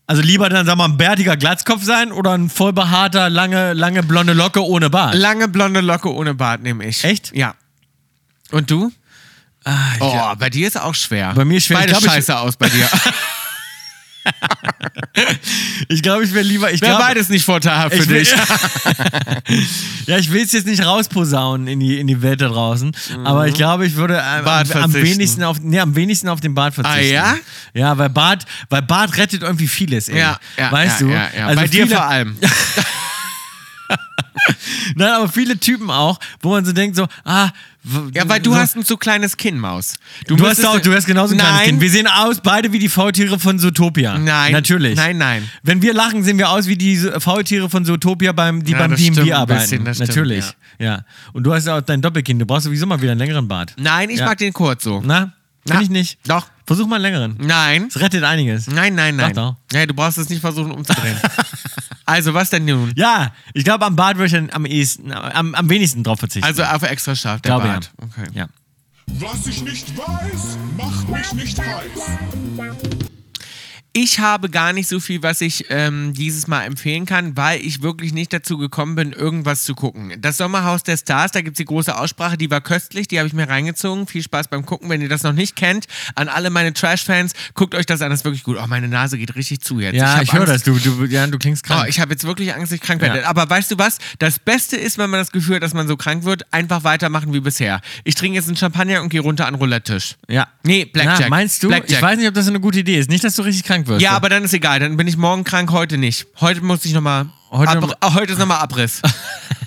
A: Also lieber dann, sag mal, ein bärtiger Glatzkopf sein oder ein vollbehaarter, lange, lange blonde Locke ohne Bart.
B: Lange blonde Locke ohne Bart nehme ich.
A: Echt?
B: Ja. Und du? oh, bei dir ist auch schwer.
A: Bei mir ist schwer. Ich
B: Beide
A: glaube, ich-
B: scheiße aus bei dir.
A: ich glaube, ich wäre lieber, ich
B: Wäre
A: glaube,
B: beides nicht vorteilhaft für
A: ich will,
B: dich.
A: ja, ich will es jetzt nicht rausposaunen in die, in die Welt da draußen, aber ich glaube, ich würde äh, am,
B: Mhm. Bart
A: am, am,
B: verzichten.
A: wenigsten auf, nee, am wenigsten auf den Bart verzichten.
B: Ah, ja?
A: Ja, weil Bart, weil Bart rettet irgendwie vieles, ey.
B: Ja, ja,
A: weißt
B: ja,
A: du?
B: Ja, ja.
A: Also
B: bei dir
A: viele,
B: vor allem.
A: Nein, aber viele Typen auch, wo man so denkt, so, ah, w-
B: Ja, weil du
A: so,
B: hast ein zu kleines Kinn, Maus.
A: Du hast,
B: müsstest-
A: auch, du hast genauso ein kleines
B: Nein.
A: Kind. Wir sehen aus beide wie die Faultiere von Zootopia.
B: Nein.
A: Natürlich.
B: Nein, nein.
A: Wenn wir lachen, sehen wir aus wie die so- Faultiere von Zootopia, beim, die
B: Ja,
A: beim
B: das stimmt
A: DMB
B: ein
A: arbeiten.
B: bisschen, das stimmt,
A: Natürlich. ja. Und du hast auch dein Doppelkind. Du brauchst sowieso mal wieder einen längeren Bart.
B: Nein, ich
A: Ja.
B: mag den kurz so.
A: Na? Kann
B: Na,
A: ich nicht.
B: Doch.
A: Versuch mal einen längeren.
B: Nein.
A: Es rettet einiges.
B: Nein, nein, nein.
A: Doch, doch.
B: Nee, du brauchst es nicht versuchen umzudrehen. also, was denn nun?
A: Ja, ich glaube, am Bart würde ich dann am, ehesten, am, am wenigsten drauf verzichten.
B: Also auf extra scharf, der
A: glaube
B: Bart.
A: ja.
B: Okay. Also
A: ja.
C: Was ich nicht weiß, macht mich nicht heiß.
B: Ich habe gar nicht so viel, was ich ähm, dieses Mal empfehlen kann, weil ich wirklich nicht dazu gekommen bin, irgendwas zu gucken. Das Sommerhaus der Stars, da gibt es die große Aussprache, die war köstlich, die habe ich mir reingezogen. Viel Spaß beim Gucken, wenn ihr das noch nicht kennt. An alle meine Trash-Fans, guckt euch das an, das ist wirklich gut. Oh, meine Nase geht richtig zu jetzt.
A: Ja,
B: hab
A: ich, höre
B: Angst.
A: das. Du, du, ja, du klingst krank.
B: Oh, ich habe jetzt wirklich Angst, dass ich krank
A: Ja.
B: werde. Aber weißt du was? Das Beste ist, wenn man das Gefühl hat, dass man so krank wird, einfach weitermachen wie bisher. Ich trinke jetzt einen Champagner und gehe runter an den Roulette-Tisch.
A: ja.
B: Nee, Blackjack.
A: Na, meinst du?
B: Blackjack.
A: Ich weiß nicht, ob das so eine gute Idee ist. Nicht, dass du richtig krank wirst.
B: Ja, aber dann ist egal. Dann bin ich morgen krank, heute nicht. Heute muss ich nochmal.
A: Heute
B: Heute,
A: noch-
B: ah, heute ist nochmal Abriss.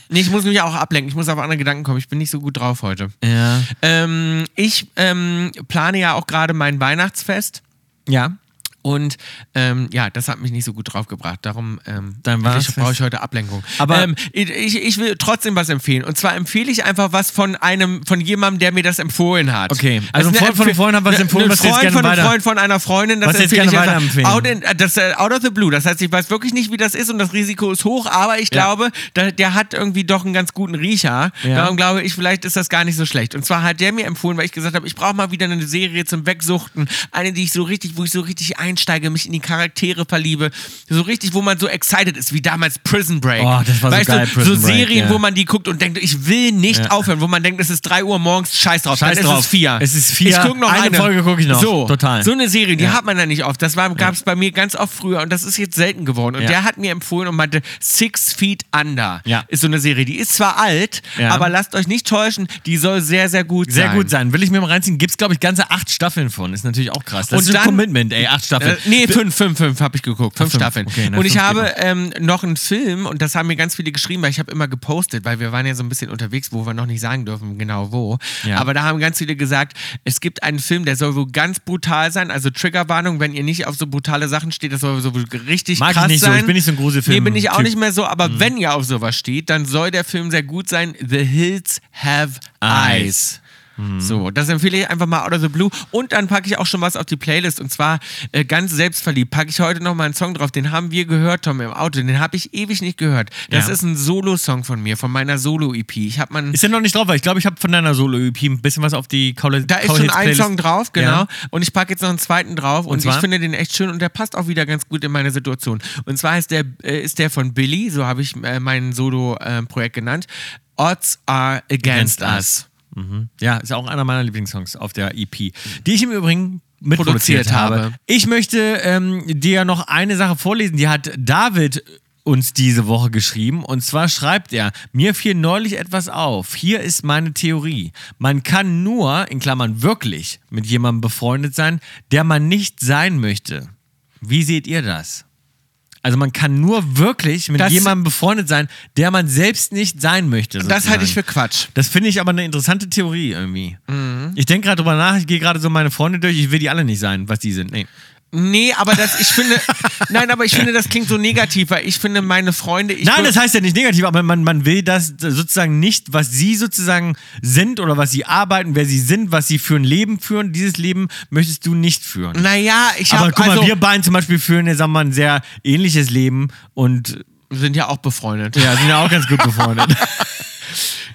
B: nee, ich muss mich auch ablenken. Ich muss auf andere Gedanken kommen. Ich bin nicht so gut drauf heute.
A: Ja.
B: Ähm, ich ähm, plane ja auch gerade mein Weihnachtsfest.
A: Ja.
B: Und ähm, ja, das hat mich nicht so gut draufgebracht. Darum ähm,
A: Dein
B: brauche ich
A: Weihnachtsfest.
B: brauche ich heute Ablenkung.
A: Aber-
B: ähm, ich, ich ich will trotzdem was empfehlen. Und zwar empfehle ich einfach was von einem, von jemandem, der mir das empfohlen hat.
A: Okay, also ein
B: eine
A: Freund von einem Freund
B: Empfe-
A: hat was
B: ne-
A: empfohlen,
B: ein
A: was du jetzt
B: Freund
A: gerne
B: von einem
A: weiter-
B: Freund von einer Freundin, das
A: Was du jetzt
B: empfehle ich
A: gerne
B: einfach.
A: weiterempfehlen.
B: Out in, äh, das, äh, out of the blue. Das heißt, ich weiß wirklich nicht, wie das ist und das Risiko ist hoch, aber ich
A: Ja.
B: glaube, da, der hat irgendwie doch einen ganz guten Riecher.
A: Ja.
B: Darum glaube ich, vielleicht ist das gar nicht so schlecht. Und zwar hat der mir empfohlen, weil ich gesagt habe, ich brauche mal wieder eine Serie zum Wegsuchten. Eine, die ich so richtig, wo ich so richtig ein reinsteige, mich in die Charaktere verliebe. So richtig, wo man so excited ist, wie damals Prison Break.
A: Oh, das war so
B: weißt
A: geil,
B: du,
A: Prison
B: so
A: Break,
B: Serien,
A: ja.
B: wo man die guckt und denkt, ich will nicht
A: Ja.
B: aufhören, wo man denkt, es ist 3 Uhr morgens, scheiß drauf,
A: Scheiß
B: dann
A: drauf.
B: ist es 4.
A: Es ist vier.
B: Ich guck noch
A: Eine
B: eine,
A: Folge guck ich noch.
B: So,
A: Total.
B: So eine Serie, die
A: Ja.
B: hat man da nicht oft. Das gab es bei mir ganz oft früher und das ist jetzt selten geworden. Und
A: Ja.
B: der hat mir empfohlen und meinte, Six Feet Under
A: Ja.
B: ist so eine Serie. Die ist zwar alt,
A: Ja.
B: aber lasst euch nicht täuschen, die soll sehr, sehr gut
A: Sehr
B: sein.
A: gut sein. Will ich mir mal reinziehen. Gibt es, glaube ich, ganze acht Staffeln von. Ist natürlich auch krass. Das
B: Und
A: ist ein
B: dann-
A: Commitment, ey. Acht Staffeln.
B: Äh, nee, fünf, fünf, fünf habe ich geguckt. Fünf
A: fünf.
B: Staffeln.
A: Okay, na,
B: und ich
A: fünf
B: habe ähm, noch einen Film, und das haben mir ganz viele geschrieben, weil ich habe immer gepostet, weil wir waren ja so ein bisschen unterwegs, wo wir noch nicht sagen dürfen, genau wo.
A: Ja.
B: Aber da haben ganz viele gesagt, es gibt einen Film, der soll wohl ganz brutal sein. Also Triggerwarnung, wenn ihr nicht auf so brutale Sachen steht, das soll so wohl richtig
A: Mag ich
B: krass
A: nicht so.
B: sein.
A: Ich bin nicht so ein Mhm. Gruselfilm-
B: Nee, bin ich auch
A: Typ.
B: nicht mehr so. Aber wenn ihr auf sowas steht, dann soll der Film sehr gut sein. The Hills Have
A: Eyes.
B: Eyes. Mhm. So, das empfehle ich einfach mal Out of the Blue. Und dann packe ich auch schon was auf die Playlist. Und zwar äh, ganz selbstverliebt packe ich heute nochmal einen Song drauf. Den haben wir gehört, Tom, im Auto. Den habe ich ewig nicht gehört. Das
A: Ja.
B: ist ein Solo-Song von mir, von meiner Solo-EP. Ich habe mal. einen-
A: Ist ja noch nicht drauf, weil ich glaube, ich habe von deiner Solo-EP ein bisschen was auf die Kaule
B: Da ist
A: Kaul
B: schon
A: Hits
B: ein
A: Playlist.
B: Song drauf, genau.
A: Ja.
B: Und ich packe jetzt noch einen zweiten drauf. Und, ich
A: zwar?
B: finde den echt schön und der passt auch wieder ganz gut in meine Situation. Und zwar ist der, äh, ist der von Billy, so habe ich äh, mein Solo-Projekt genannt. Odds are against, us.
A: Mhm. Ja, ist auch einer meiner Lieblingssongs auf der EP, die ich im Übrigen mitproduziert
B: Produziert
A: habe.
B: habe.
A: Ich möchte ähm, dir noch eine Sache vorlesen, die hat David uns diese Woche geschrieben und zwar schreibt er, mir fiel neulich etwas auf. Hier ist meine Theorie. Man kann nur, in Klammern wirklich, mit jemandem befreundet sein, der man nicht sein möchte. Wie seht ihr das? Also man kann nur wirklich mit
B: Das-
A: jemandem befreundet sein, der man selbst nicht sein möchte.
B: Das halte ich
A: sozusagen.
B: für Quatsch.
A: Das finde ich aber eine interessante Theorie irgendwie.
B: Mhm.
A: Ich denke gerade drüber nach, ich gehe gerade so meine Freunde durch, ich will die alle nicht sein, was die sind. Nee.
B: Nee, aber das, ich finde, nein, aber ich finde, das klingt so negativ, weil ich finde, meine Freunde, ich
A: Nein,
B: bin-
A: das heißt ja nicht negativ, aber man, man will das sozusagen nicht, was sie sozusagen sind oder was sie arbeiten, wer sie sind, was sie für ein Leben führen, dieses Leben möchtest du nicht führen.
B: naja, ich
A: aber
B: habe
A: guck mal,
B: Mhm. also,
A: wir beiden zum Beispiel führen ja, sagen wir mal, ein sehr ähnliches Leben und
B: sind ja auch befreundet.
A: ja, sind ja auch ganz gut befreundet.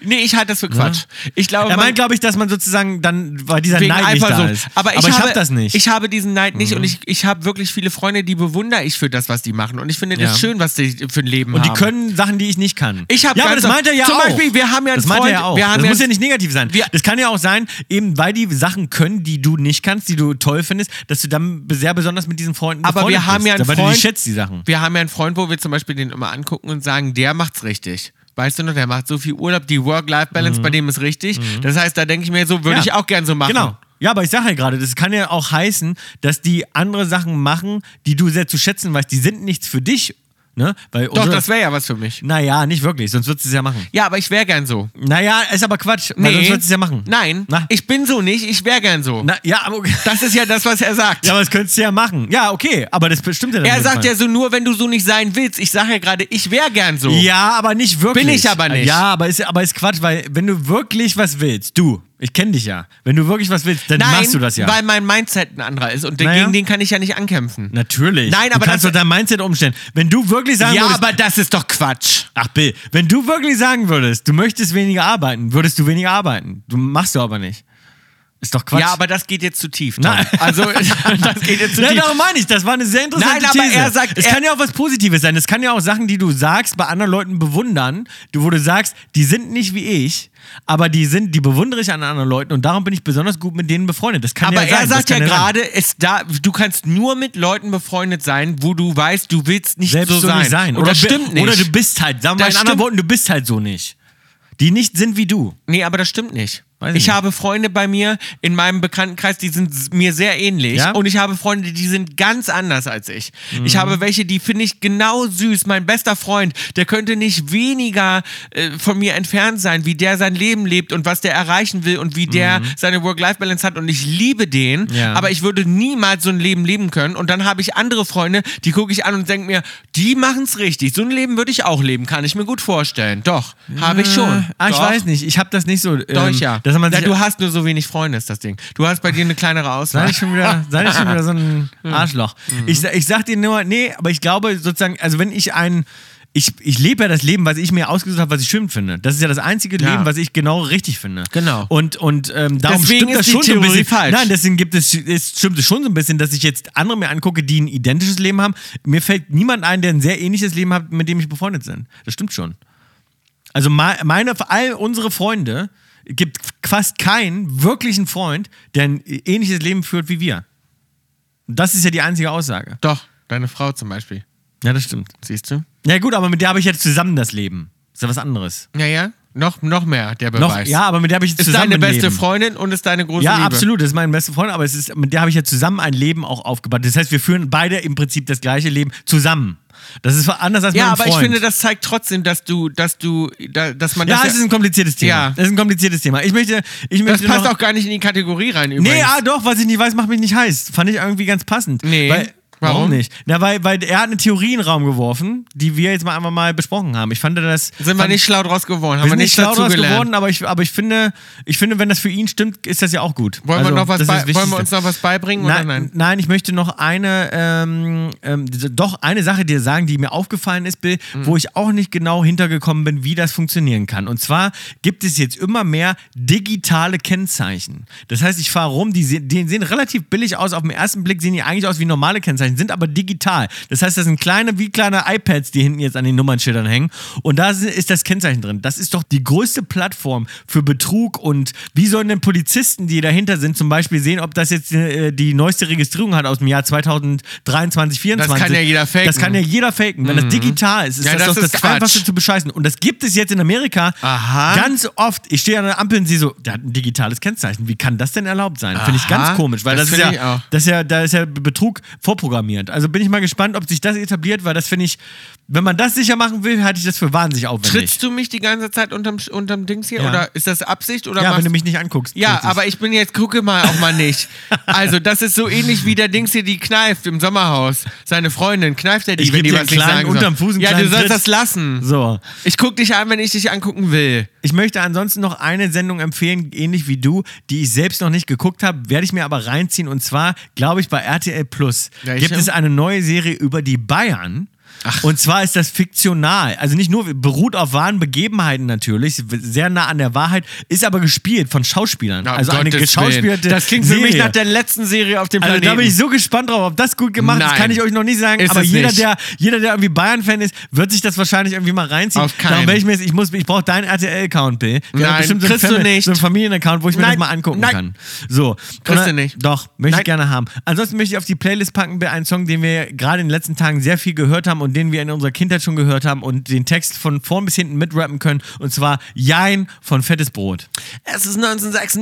B: Nee, ich halte das für Quatsch. Ich glaube,
A: er
B: man-
A: meint, glaube ich, dass man sozusagen dann, weil dieser
B: wegen
A: Neid nicht da
B: Eifersucht.
A: ist.
B: Aber ich,
A: hab
B: habe
A: das nicht. Mhm.
B: Ich habe diesen Neid nicht und ich, ich habe wirklich viele Freunde, die bewundere ich für das, was die machen. Und ich finde das
A: Ja.
B: schön, was die für ein Leben
A: Und
B: haben.
A: die können Sachen, die ich nicht kann.
B: Ich hab
A: ja, aber
B: ganz
A: das meint er ja
B: zum
A: auch.
B: Beispiel, wir haben ja einen
A: das meint er ja
B: Freund,
A: auch.
B: wir haben
A: das
B: ja-
A: muss ja nicht negativ sein.
B: Wir-
A: das kann ja auch sein, eben weil die Sachen können, die du nicht kannst, die du toll findest, dass du dann sehr besonders mit diesen Freunden
B: Aber
A: befreundet
B: wir haben
A: bist,
B: ja einen
A: weil du
B: Freund-
A: die schätzt, die Sachen.
B: Wir haben ja einen Freund, wo wir zum Beispiel den immer angucken und sagen, der macht's richtig. Weißt du noch, der macht so viel Urlaub, die Work-Life-Balance bei dem ist richtig. Das heißt, da denke ich mir so, würde
A: Mhm. Ja.
B: ich auch gern so machen.
A: Genau. Ja, aber ich sage ja gerade, das kann ja auch heißen, dass die andere Sachen machen, die du sehr zu schätzen weißt, die sind nichts für dich. Ne? Weil
B: Doch,
A: unsere-
B: das wäre ja was für mich.
A: Naja, nicht wirklich, sonst würdest du es ja machen.
B: Ja, aber ich wäre gern so.
A: Naja, ist aber Quatsch, weil sonst würdest du es ja machen.
B: Nein,
A: Na?
B: ich bin so nicht, ich wäre gern so.
A: Na, ja, aber okay.
B: Das ist ja das, was er sagt.
A: Ja, aber das könntest du ja machen. Ja, okay, aber das bestimmt ja dann
B: er
A: nicht mal.
B: sagt ja so nur, wenn du so nicht sein willst. Ich sage ja gerade, ich wäre gern so.
A: Ja, aber nicht wirklich.
B: Bin ich aber nicht.
A: Ja, aber ist, aber ist Quatsch, weil wenn du wirklich was willst, du, ich kenne dich ja, wenn du wirklich was willst, dann
B: Nein,
A: machst du das ja.
B: weil mein Mindset ein anderer ist und den-
A: Naja.
B: gegen den kann ich ja nicht ankämpfen.
A: Natürlich.
B: Nein, aber
A: du kannst
B: das-
A: doch dein Mindset umstellen. Wenn du wirklich sagen
B: ja,
A: würdest,
B: aber das ist doch Quatsch.
A: ach Bill, wenn du wirklich sagen würdest, du möchtest weniger arbeiten, würdest du weniger arbeiten. Du machst du aber nicht. Ist doch Quatsch.
B: Ja, aber das geht jetzt zu tief. Tom.
A: Nein.
B: Also, das geht jetzt zu
A: Nein,
B: tief.
A: darum meine ich, das war eine sehr interessante
B: Nein, aber
A: These.
B: er sagt-
A: es
B: er-
A: kann ja auch was Positives sein. Es kann ja auch Sachen, die du sagst, bei anderen Leuten bewundern, du- wo du sagst, die sind nicht wie ich, aber die sind, die bewundere ich an anderen Leuten und darum bin ich besonders gut mit denen befreundet. Das kann
B: Aber
A: ja sein.
B: er
A: das
B: sagt ja
A: kann sein.
B: gerade, es da, du kannst nur mit Leuten befreundet sein, wo du weißt, du willst nicht
A: selbst
B: so, sein.
A: nicht sein.
B: Und das
A: bi-
B: stimmt nicht.
A: Oder du bist halt, sagen wir mal
B: Das
A: in anderen
B: stimmt-
A: Worten, du bist halt so nicht. Die nicht sind wie du.
B: nee, aber das stimmt nicht.
A: Weiß ich
B: ich
A: nicht.
B: habe Freunde bei mir in meinem Bekanntenkreis, die sind s- mir sehr ähnlich.
A: Ja? Mhm.
B: Und ich habe Freunde, die sind ganz anders als ich. Ich habe welche, die finde ich genau süß. Mein bester Freund, der könnte nicht weniger äh, von mir entfernt sein, wie der sein Leben lebt und was der erreichen will und wie der seine Work-Life-Balance hat. Und ich liebe den,
A: Mhm. Ja.
B: aber ich würde niemals so ein Leben leben können. Und dann habe ich andere Freunde, die gucke ich an und denke mir, die machen es richtig. So ein Leben würde ich auch leben, kann ich mir gut vorstellen. Doch, habe ich schon.
A: Ah, ich
B: Doch.
A: weiß nicht. Ich habe das nicht so. Ähm,
B: Doch, ja.
A: Dass man
B: Na,
A: sich,
B: du hast nur so wenig Freunde, ist das Ding. Du hast bei dir eine kleinere
A: Sei
B: Auswahl. Ah.
A: ich schon wieder, sei ich
B: Mhm.
A: schon wieder so ein Arschloch. Ich, sa- ich sag dir nur, nee, aber ich glaube sozusagen, also wenn ich einen, ich, ich lebe ja das Leben, was ich mir ausgesucht habe, was ich schön finde. Das ist ja das einzige
B: Ja.
A: Leben, was ich genau richtig finde.
B: Genau.
A: Und, und ähm, darum
B: Deswegen
A: stimmt das
B: ist die
A: schon so ein
B: Theorie
A: bisschen.
B: falsch.
A: Nein, deswegen gibt es, es stimmt es schon so ein bisschen, dass ich jetzt andere mir angucke, die ein identisches Leben haben. Mir fällt niemand ein, der ein sehr ähnliches Leben hat, mit dem ich befreundet bin. Das stimmt schon. Also me- meine, all unsere Freunde gibt fast keinen wirklichen Freund, der ein ähnliches Leben führt wie wir. Und Das ist ja die einzige Aussage.
B: Doch, deine Frau zum Beispiel.
A: Ja, das stimmt.
B: Siehst du?
A: Ja gut, aber mit der habe ich jetzt zusammen das Leben. Ist ja was anderes.
B: Ja, ja. Noch, noch mehr der
A: Noch,
B: Beweis.
A: ja, aber mit der habe ich jetzt
B: ist
A: zusammen
B: deine
A: ein
B: beste
A: Leben.
B: Freundin und ist deine große
A: Ja,
B: Liebe.
A: absolut. Das ist meine beste Freundin, aber es ist, mit der habe ich ja zusammen ein Leben auch aufgebaut. Das heißt, wir führen beide im Prinzip das gleiche Leben zusammen. Das ist anders als mit
B: Ja,
A: einem
B: aber
A: Freund.
B: ich finde, das zeigt trotzdem, dass du, dass du, da, dass man
A: ja,
B: das.
A: es ist ein kompliziertes Thema.
B: Ja.
A: Das ist ein kompliziertes Thema. Ich möchte, ich
B: das
A: möchte
B: passt
A: noch,
B: auch gar nicht in die Kategorie rein übrigens.
A: Nee, ah, doch, was ich nicht weiß, macht mich nicht heiß. Fand ich irgendwie ganz passend.
B: Nee,
A: Weil, warum?
B: warum?
A: nicht? Na, weil, weil er hat eine Theorie in den Raum geworfen, die wir jetzt mal einfach mal besprochen haben. Ich fand das.
B: Sind wir
A: fand,
B: nicht schlau draus geworden,
A: wir
B: haben wir
A: sind
B: nicht
A: nicht schlau
B: dazu
A: draus
B: gelernt.
A: geworden, aber ich, aber ich finde, ich finde, wenn das für ihn stimmt, ist das ja auch gut.
B: Wollen,
A: Also,
B: wir noch was
A: das ist das
B: bei, wollen wir
A: Wichtigste.
B: uns noch was beibringen oder
A: Nein,
B: nein?
A: nein, ich möchte noch eine, ähm, ähm, d- doch eine Sache dir sagen, die mir aufgefallen ist, Bill,
B: Mhm.
A: wo ich auch nicht genau hintergekommen bin, wie das funktionieren kann. Und zwar gibt es jetzt immer mehr digitale Kennzeichen. Das heißt, ich fahre rum, die, se die sehen relativ billig aus. Auf den ersten Blick sehen die eigentlich aus wie normale Kennzeichen, sind aber digital. Das heißt, das sind kleine, wie kleine iPads, die hinten jetzt an den Nummernschildern hängen. Und da si- ist das Kennzeichen drin. Das ist doch die größte Plattform für Betrug. Und wie sollen denn Polizisten, die dahinter sind, zum Beispiel sehen, ob das jetzt äh, die neueste Registrierung hat aus dem Jahr 2023, 2024?
B: Das kann ja jeder faken. Mhm.
A: Das kann ja jeder faken. Wenn das digital ist, ist
B: Ja,
A: das,
B: das
A: doch
B: ist
A: das
B: Quatsch.
A: Einfachste zu bescheißen. Und das gibt es jetzt in Amerika
B: Aha.
A: ganz oft. Ich stehe an der Ampel und sehe so, der hat ein digitales Kennzeichen. Wie kann das denn erlaubt sein? Finde ich
B: Aha.
A: ganz komisch, weil das,
B: Das
A: ist
B: finde ich
A: ja,
B: auch.
A: das ist ja, da ist ja Betrug vorprogrammiert. Also bin ich mal gespannt, ob sich das etabliert, weil das finde ich, wenn man das sicher machen will, halte ich das für wahnsinnig aufwendig.
B: Trittst du mich die ganze Zeit unterm, unterm Dings hier?
A: Ja.
B: Oder ist das Absicht? Oder
A: ja, wenn
B: machst
A: du mich nicht anguckst.
B: Ja,
A: richtig.
B: aber ich bin jetzt, gucke mal auch mal nicht. Also, das ist so ähnlich wie der Dings hier, die kneift im Sommerhaus. Seine Freundin kneift er die,
A: Ich
B: wenn
A: geb
B: die
A: dir
B: was
A: einen
B: nicht
A: kleinen
B: sagen soll.
A: unterm Fuß, einen
B: Ja, du
A: kleinen
B: sollst
A: Tritt.
B: das lassen.
A: So.
B: Ich guck dich an, wenn ich dich angucken will.
A: Ich möchte ansonsten noch eine Sendung empfehlen, ähnlich wie du, die ich selbst noch nicht geguckt habe, werde ich mir aber reinziehen. Und zwar, glaube ich, bei RTL Plus
B: Welche?
A: gibt es eine neue Serie über die Bayern. Und zwar ist das fiktional. Also nicht nur beruht auf wahren Begebenheiten natürlich, sehr nah an der Wahrheit, ist aber gespielt von Schauspielern.
B: Na, um
A: also eine
B: Gottes
A: geschauspielte
B: Willen. Das klingt für mich
A: Serie.
B: nach der letzten Serie auf dem
A: Also
B: Planeten.
A: da bin ich so gespannt drauf, ob das gut gemacht ist,
B: Nein.
A: kann ich euch noch nicht sagen.
B: Ist
A: aber
B: es
A: jeder
B: nicht.
A: der, jeder, der irgendwie Bayern-Fan ist, wird sich das wahrscheinlich irgendwie mal reinziehen.
B: Auf keinen.
A: Darum werd ich mir jetzt, ich, muss- ich brauche deinen RTL-Account, Bill. Der hat
B: Nein,
A: bestimmt so einen
B: kriegst du
A: Fam-
B: nicht.
A: So einen Familien-Account, wo ich mir
B: Nein,
A: das mal angucken
B: nein.
A: kann. So.
B: Kriegst
A: Oder-
B: du nicht.
A: Doch, möchte ich
B: Nein.
A: gerne haben. Ansonsten möchte ich auf die Playlist packen, Bill, einen Song, den wir gerade in den letzten Tagen sehr viel gehört haben und den wir in unserer Kindheit schon gehört haben und den Text von vorn bis hinten mitrappen können. Und zwar Jein von Fettes Brot.
B: Es ist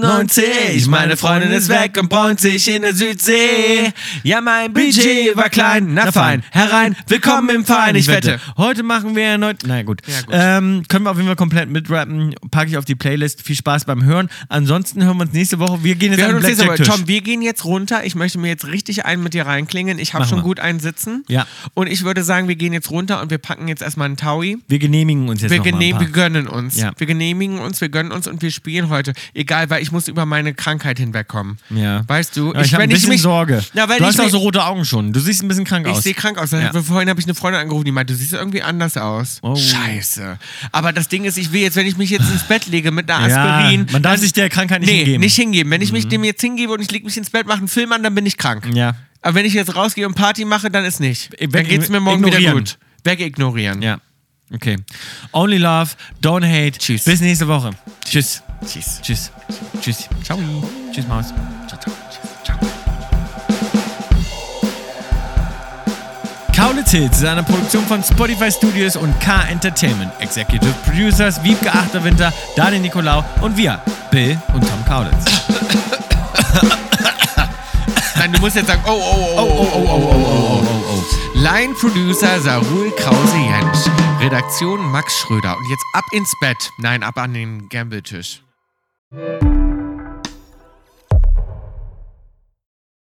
B: 1996, meine Freundin ist weg und bräunt sich in der Südsee. Ja, mein Budget war klein, na fein, herein, willkommen im Verein, ich wette.
A: Heute machen wir erneut. Na gut.
B: Ja, gut.
A: Ähm, können wir auf jeden Fall komplett mitrappen. Packe ich auf die Playlist. Viel Spaß beim Hören. Ansonsten hören wir uns nächste Woche. Wir gehen jetzt
B: Wir
A: an
B: hören
A: den
B: uns jetzt aber,
A: Blackjack-Tisch.
B: Tom, wir gehen jetzt runter. Ich möchte mir jetzt richtig einen mit dir reinklingen. Ich habe
A: Mach
B: schon
A: mal.
B: gut einen sitzen.
A: Ja.
B: Und ich würde sagen, wir gehen jetzt runter und wir packen jetzt erstmal einen Taui.
A: Wir genehmigen uns jetzt
B: Wir,
A: noch mal
B: genehm, wir
A: ein paar.
B: gönnen uns.
A: Ja.
B: Wir genehmigen uns, wir gönnen uns und wir spielen heute. Egal, weil ich muss über meine Krankheit hinwegkommen.
A: Ja.
B: Weißt du?
A: Ja, ich habe ein
B: wenn
A: bisschen
B: mich-
A: Sorge.
B: Ja, weil
A: du
B: ich
A: hast auch
B: mich-
A: so rote Augen schon. Du siehst ein bisschen krank
B: Ich
A: aus.
B: sehe krank aus.
A: Ja.
B: Vorhin habe ich eine Freundin angerufen, die meinte, du siehst irgendwie anders aus.
A: Oh.
B: Scheiße. Aber das Ding ist, ich will jetzt, wenn ich mich jetzt ins Bett lege mit einer
A: Ja,
B: Aspirin.
A: man darf
B: dann-
A: sich der Krankheit nicht
B: nee,
A: hingeben. Mhm.
B: nicht hingeben. Wenn ich mich dem jetzt hingebe und ich lege mich ins Bett, mache einen Film an, dann bin ich krank.
A: Ja.
B: Aber wenn ich jetzt rausgehe und Party mache, dann ist nicht.
A: Weg-
B: dann geht's mir morgen wieder
A: ignorieren.
B: gut. Weg ignorieren.
A: Ja. Okay. Only love, don't hate.
B: Tschüss.
A: Bis nächste Woche. Tschüss.
B: Tschüss.
A: Tschüss. Tschüss. Ciao. Tschüss, Maus. Ciao, ciao. Kaulitz Hills ist eine Produktion von Spotify Studios und K Entertainment. Executive Producers Wiebke Achterwinter, Daniel Nikolaou und wir, Bill und Tom Kaulitz.
B: Nein, du musst jetzt sagen, oh, oh, oh, oh, oh, oh, oh, oh, oh, oh. Line Producer Sarul Krause Jentsch. Redaktion Max Schröder. Und jetzt ab ins Bett. Nein, ab an den Gamble-Tisch.